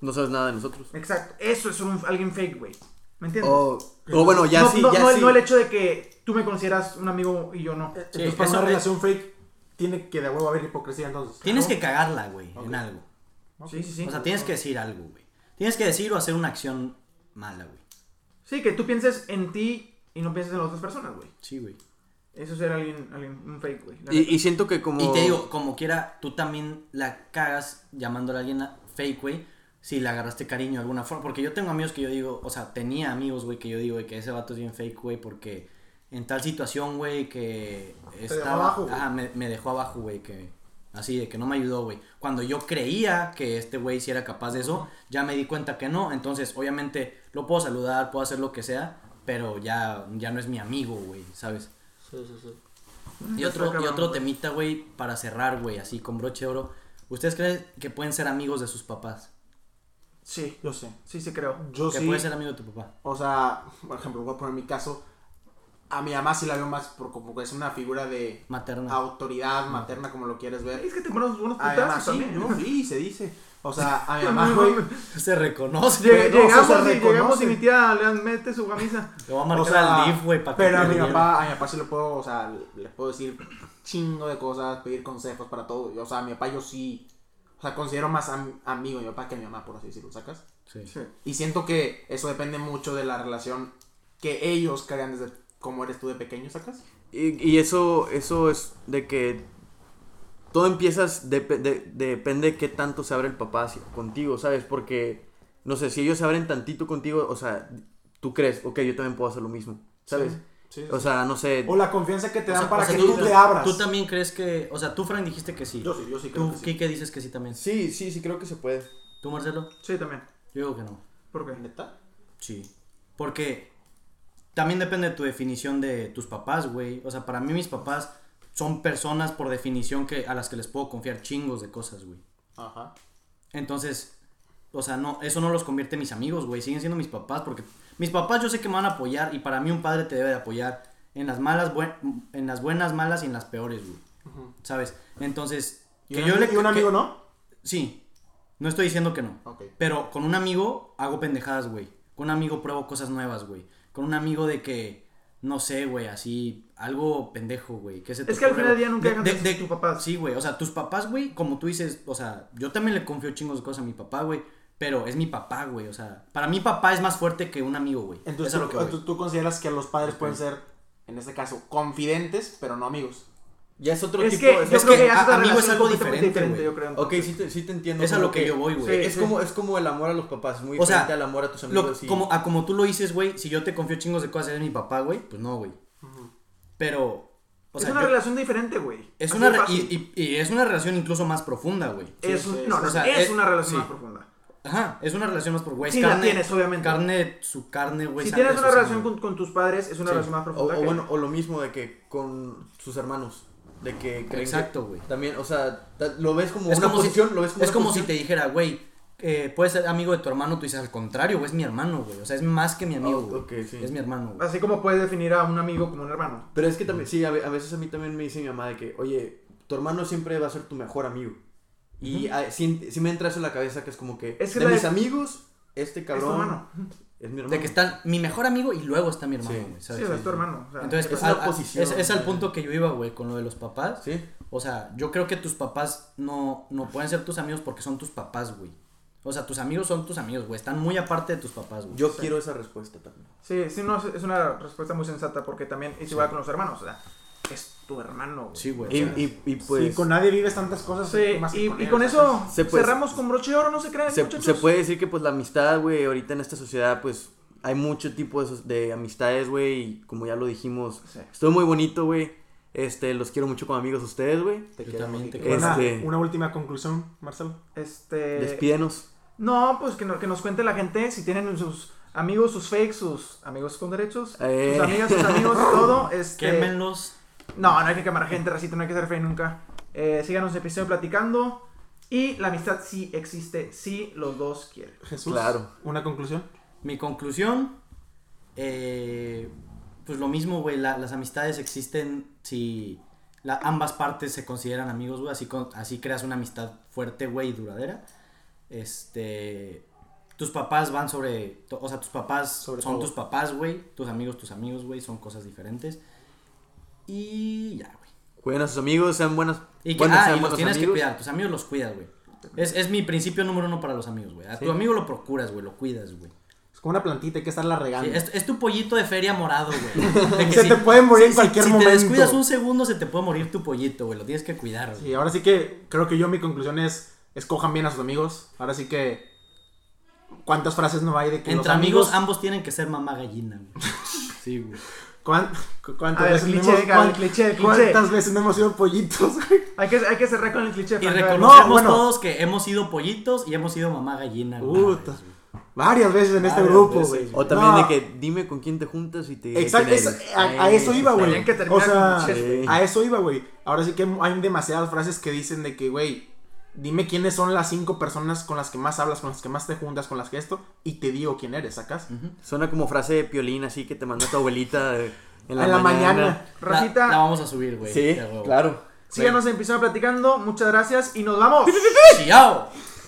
D: No sabes nada de nosotros.
C: Exacto. Eso es un, alguien fake, güey. ¿Me entiendes?
D: O o bueno, ya
C: no,
D: sí,
C: no,
D: ya
C: no,
D: sí.
C: no el hecho de que tú me consideras un amigo y yo no.
B: entonces, para
A: eso
B: una
A: es-
B: relación fake, tiene que de huevo haber hipocresía entonces.
A: Tienes que cagarla, güey, en algo.
C: Sí, sí, sí.
A: O sea, tienes que decir algo, güey. Tienes que decir o hacer una acción mala, güey.
C: Sí, que tú pienses en ti y no pienses en las otras personas, güey.
A: Sí, güey.
C: Eso será alguien, alguien un fake, güey. la neta.
D: Y, y siento que como...
A: Y te digo, como quiera, tú también la cagas llamándole a alguien a- fake, güey. Si le agarraste cariño de alguna forma. Porque yo tengo amigos que yo digo, o sea, tenía amigos, güey, que yo digo, güey, que ese vato es bien fake, güey, porque en tal situación, güey, que estaba.
B: abajo, güey.
A: Ajá, me, me dejó abajo, güey, que. Así de que no me ayudó, güey. Cuando yo creía que este güey sí era capaz de eso, ya me di cuenta que no. Entonces, obviamente, lo puedo saludar, puedo hacer lo que sea, pero ya, ya no es mi amigo, güey, ¿sabes?
F: Sí, sí, sí.
A: Y
C: Está
A: otro, y
C: cabrón,
A: otro
C: güey.
A: temita, güey, para cerrar, güey, así con broche de oro. ¿Ustedes creen que pueden ser amigos de sus papás?
C: Sí,
B: Yo sé.
C: sí, sí creo.
B: Yo
A: que
B: sí.
A: puedes ser amigo de tu papá.
B: O sea, por ejemplo, voy a poner mi caso. A mi mamá sí la veo más por, como que es una figura de
A: Materna.
B: Ah. autoridad materna, como lo quieres ver.
C: Es que te pones unos
B: A mi mamá
C: putazos
B: sí,
C: también.
B: no, sí, se dice. O sea, a mi mamá, güey.
A: Se reconoce.
C: Lleg-
B: Pero no,
C: llegamos,
B: o sea,
C: y-
B: reconoce.
C: llegamos y mi tía le mete su camisa.
A: Lo va a
B: O
A: marcar
B: sea,
A: al DIF, güey, para que
B: pero a
A: te
B: mi
A: digan.
B: papá, a mi papá sí le puedo, o sea, les puedo decir chingo de cosas, pedir consejos para todo. O sea, a mi papá yo sí, o sea, considero más am- amigo a mi papá que a mi mamá, por así decirlo, ¿sacas?
A: Sí.
C: Sí.
B: Y siento que eso depende mucho de la relación que ellos crean desde cómo eres tú de pequeño, ¿sacas?
D: Y, y eso, eso es de que todo empiezas, depe- de- depende de qué tanto se abre el papá hacia- contigo, ¿sabes? Porque, no sé, si ellos se abren tantito contigo, o sea, tú crees, ok, yo también puedo hacer lo mismo, ¿sabes?
B: Sí, sí,
D: O
B: sí.
D: sea, no sé.
B: O la confianza que te
A: O
B: dan
A: sea,
B: para
A: o sea,
B: que tú, te abras.
A: Tú también crees que. O sea, tú, Frank, dijiste que sí.
B: Yo sí, yo sí creo
A: tú,
B: que sí.
A: Kike, dices que sí también.
D: Sí, sí, sí, creo que se puede.
A: ¿Tú, Marcelo?
C: Sí, también.
A: Yo digo que no.
C: ¿Por qué?
B: ¿Neta?
A: Sí. Porque también depende de tu definición de tus papás, güey. O sea, para mí mis papás son personas por definición que, a las que les puedo confiar chingos de cosas, güey.
B: Ajá.
A: Entonces, o sea, no, eso no los convierte en mis amigos, güey. Siguen siendo mis papás porque mis papás yo sé que me van a apoyar y para mí un padre te debe de apoyar en las malas, buen- en las buenas, malas y en las peores, güey. ¿Sabes? Entonces,
B: ¿Y, un, ami- y un
A: que-
B: amigo no?
A: Sí. No estoy diciendo que no.
B: Ok.
A: Pero con un amigo hago pendejadas, güey. Con un amigo pruebo cosas nuevas, güey. Con un amigo de que, no sé, güey, así, algo pendejo, güey. ¿Qué se te
C: Es que al
A: ocurre,
C: final
A: güey?
C: del día nunca dejan de ser tus papás.
A: Sí, güey. O sea, tus papás, güey, como tú dices, o sea, yo también le confío chingos de cosas a mi papá, güey. Pero es mi papá, güey. O sea, para mí papá es más fuerte que un amigo, güey.
B: Entonces,
A: Eso es lo que
B: tú,
A: voy.
B: tú- tú consideras que los padres pueden ser, en este caso, confidentes, pero no amigos.
D: Ya es otro
C: Es
D: tipo
C: que
D: de...
C: yo
A: es
C: creo
A: que
C: que ya es
A: a-
C: otra
A: amigo
C: relación
A: es algo
C: completamente
A: diferente,
C: yo creo.
D: Ok, sí te, sí te entiendo.
A: Es a
D: como
A: lo que yo voy, güey.
D: Sí, es,
C: sí.
D: Como, es como el amor a los papás, muy
A: O sea,
D: diferente al amor a tus
A: Lo-
D: amigos. y-
A: como, a como tú lo dices, güey, si yo te confío chingos de cosas, eres mi papá, güey, pues no, güey. Pero, o
C: es
A: sea,
C: una
A: yo-
C: relación diferente, güey.
A: es
C: Así
A: una
C: de
A: re-
C: fácil.
A: y, y- y es una relación incluso más profunda, güey.
C: es,
B: sí,
C: un-
B: sí,
C: no, no,
A: o sea,
C: es,
A: es-
C: una relación
A: sí.
C: más profunda.
A: Ajá, es una relación más profunda, güey. es
C: Sí, la
A: carne-
C: tienes, obviamente.
A: Carne, su carne, güey.
C: si
A: sangre,
C: tienes
A: su
C: una relación
A: sangre.
C: con, con tus padres, es una
A: Sí.
C: relación más
D: O,
C: profunda.
D: o
C: que-
D: bueno, o lo mismo de que con sus hermanos. De que creen que-
A: Exacto, güey.
D: También, o sea, ta- lo ves como
A: Es
D: una
A: como,
D: posición,
A: si,
D: lo ves como
A: es
D: una
A: como si
D: posición.
A: te dijera, güey, eh, puedes ser amigo de tu hermano, tú dices, al contrario, güey, es mi hermano, güey. O sea, es más que mi amigo,
D: Ah,
A: güey.
D: ok, sí.
A: Es mi hermano, güey.
C: Así como puedes definir a un amigo como un hermano.
D: Pero es que también, sí, a, ve- a veces a mí también me dice mi mamá de que, oye, tu hermano siempre va a ser tu mejor amigo. Y ah, sí, sí me entra eso en la cabeza que es como que,
C: Es que
D: de
C: la-
D: mis amigos, este
C: Es tu
D: cabrón
C: hermano.
D: es, mi hermano.
A: De que está mi mejor amigo y luego está mi hermano,
D: Sí.
A: güey.
C: Sí,
A: ¿sabes?
C: o sea, es tu hermano. o sea,
A: Entonces,
D: Es
A: pues,
D: una
A: al- a-
D: posición,
A: es, es al
D: güey.
A: punto que yo iba, güey, con lo de los papás.
D: Sí.
A: O sea, yo creo que tus papás no, no pueden ser tus amigos porque son tus papás, güey. O sea, tus amigos son tus amigos, güey. Están muy aparte de tus papás, güey.
D: Yo quiero esa respuesta también.
C: sí, sí, no, es- es una respuesta muy sensata porque también es igual con los hermanos. O sea, es tu hermano. güey.
A: Sí, güey.
D: Y,
A: o sea,
D: y, y pues...
B: Sí, con nadie vives tantas cosas
C: Sí,
B: más que
C: y, y
B: él,
C: con
B: ¿sacas?
C: eso
D: Se puede-
C: cerramos con broche de oro, no se crean,
D: se,
C: muchachos.
D: se puede decir que pues la amistad, güey, ahorita en esta sociedad pues hay mucho tipo de, so- de amistades, güey, y como ya lo dijimos,
C: Sí.
D: estuvo muy bonito, güey. Este, los quiero mucho como amigos ustedes, güey.
B: Te
A: Yo
B: quiero,
A: también
B: Kike.
A: te
D: quiero.
B: Una-
D: Este-
B: una última conclusión, Marcelo. Eh,
C: Este...
D: Despídenos.
C: No, pues que, no- que nos cuente la gente si tienen sus amigos, sus fakes, sus amigos con derechos,
D: Eh.
C: sus amigas, sus amigos, todo. Este,
A: Quémenlos.
C: No, no hay que quemar gente, racito, no hay que ser fake nunca. Eh, síganos en el episodio platicando. Y la amistad sí existe, si los dos quieren.
B: Jesús.
D: Claro.
B: Una conclusión.
A: Mi conclusión, eh, pues lo mismo, güey, la- las amistades existen si la- ambas partes se consideran amigos, güey, así, con- así creas una amistad fuerte, güey, y duradera. Este, tus papás van sobre, to- o sea, tus papás
B: Sobre
A: son
B: todo.
A: tus papás, güey, tus amigos, tus amigos, güey, son cosas diferentes. Y ya, güey.
D: Cuiden a sus amigos, sean buenas.
A: Y que,
D: bueno,
A: ah,
D: sean
A: y los
D: buenos
A: tienes que
D: amigos.
A: cuidar, tus amigos los cuidas, güey. Es, es mi principio número uno para los amigos, güey. A
D: Sí.
A: tu amigo lo procuras, güey, lo cuidas, güey.
B: Es como una plantita, hay que estarla
A: Sí,
B: regando.
A: es, es tu pollito de feria morado, güey. De que
B: Se te puede morir en
A: si-
B: cualquier
A: si
B: momento.
A: te descuidas un segundo, se te puede morir tu pollito, güey. Lo tienes que cuidar, güey.
B: Sí, ahora sí que creo que yo mi conclusión es escojan bien a sus amigos. Ahora sí que cuántas frases no hay de que los
A: Entre amigos, ambos tienen que ser mamá gallina, güey. Sí, güey.
B: ¿cuán- cu-
C: A
B: cuántas
C: ver,
B: veces no
C: cliché,
B: hemos,
C: venga,
B: cuán-
C: cliché, cliché.
B: cuántas veces no hemos sido pollitos. güey?
C: Hay que, hay que cerrar con el cliché.
A: Y
C: Franco.
A: reconocemos
B: bueno.
A: todos que hemos sido pollitos y hemos sido mamá gallina, güey.
B: Puta. Varias veces en este
A: Varias
B: grupo,
A: veces,
B: güey.
A: güey.
D: O también
B: No,
D: de que dime con quién te juntas y
C: este,
D: te diré
B: Exacto,
D: quién
B: esa-
D: eres.
B: a, a eso
D: este,
B: iba, güey.
C: Tenían que
B: O
C: terminar
B: sea,
C: con chistes,
D: güey.
B: a eso iba, güey. Ahora sí que hay demasiadas frases que dicen de que, güey, dime quiénes son las cinco personas con las que más hablas, con las que más te juntas, con las que esto, y te digo quién eres, ¿sacas?
D: Suena como frase de piolín así que te manda tu abuelita de- en
B: En
D: la, mañana.
B: mañana.
C: Racita,
A: La, la vamos a subir, güey.
D: Sí,
A: de huevo.
D: claro.
C: síganos en Pisado Platicando. Muchas gracias y nos vamos.
A: Chao.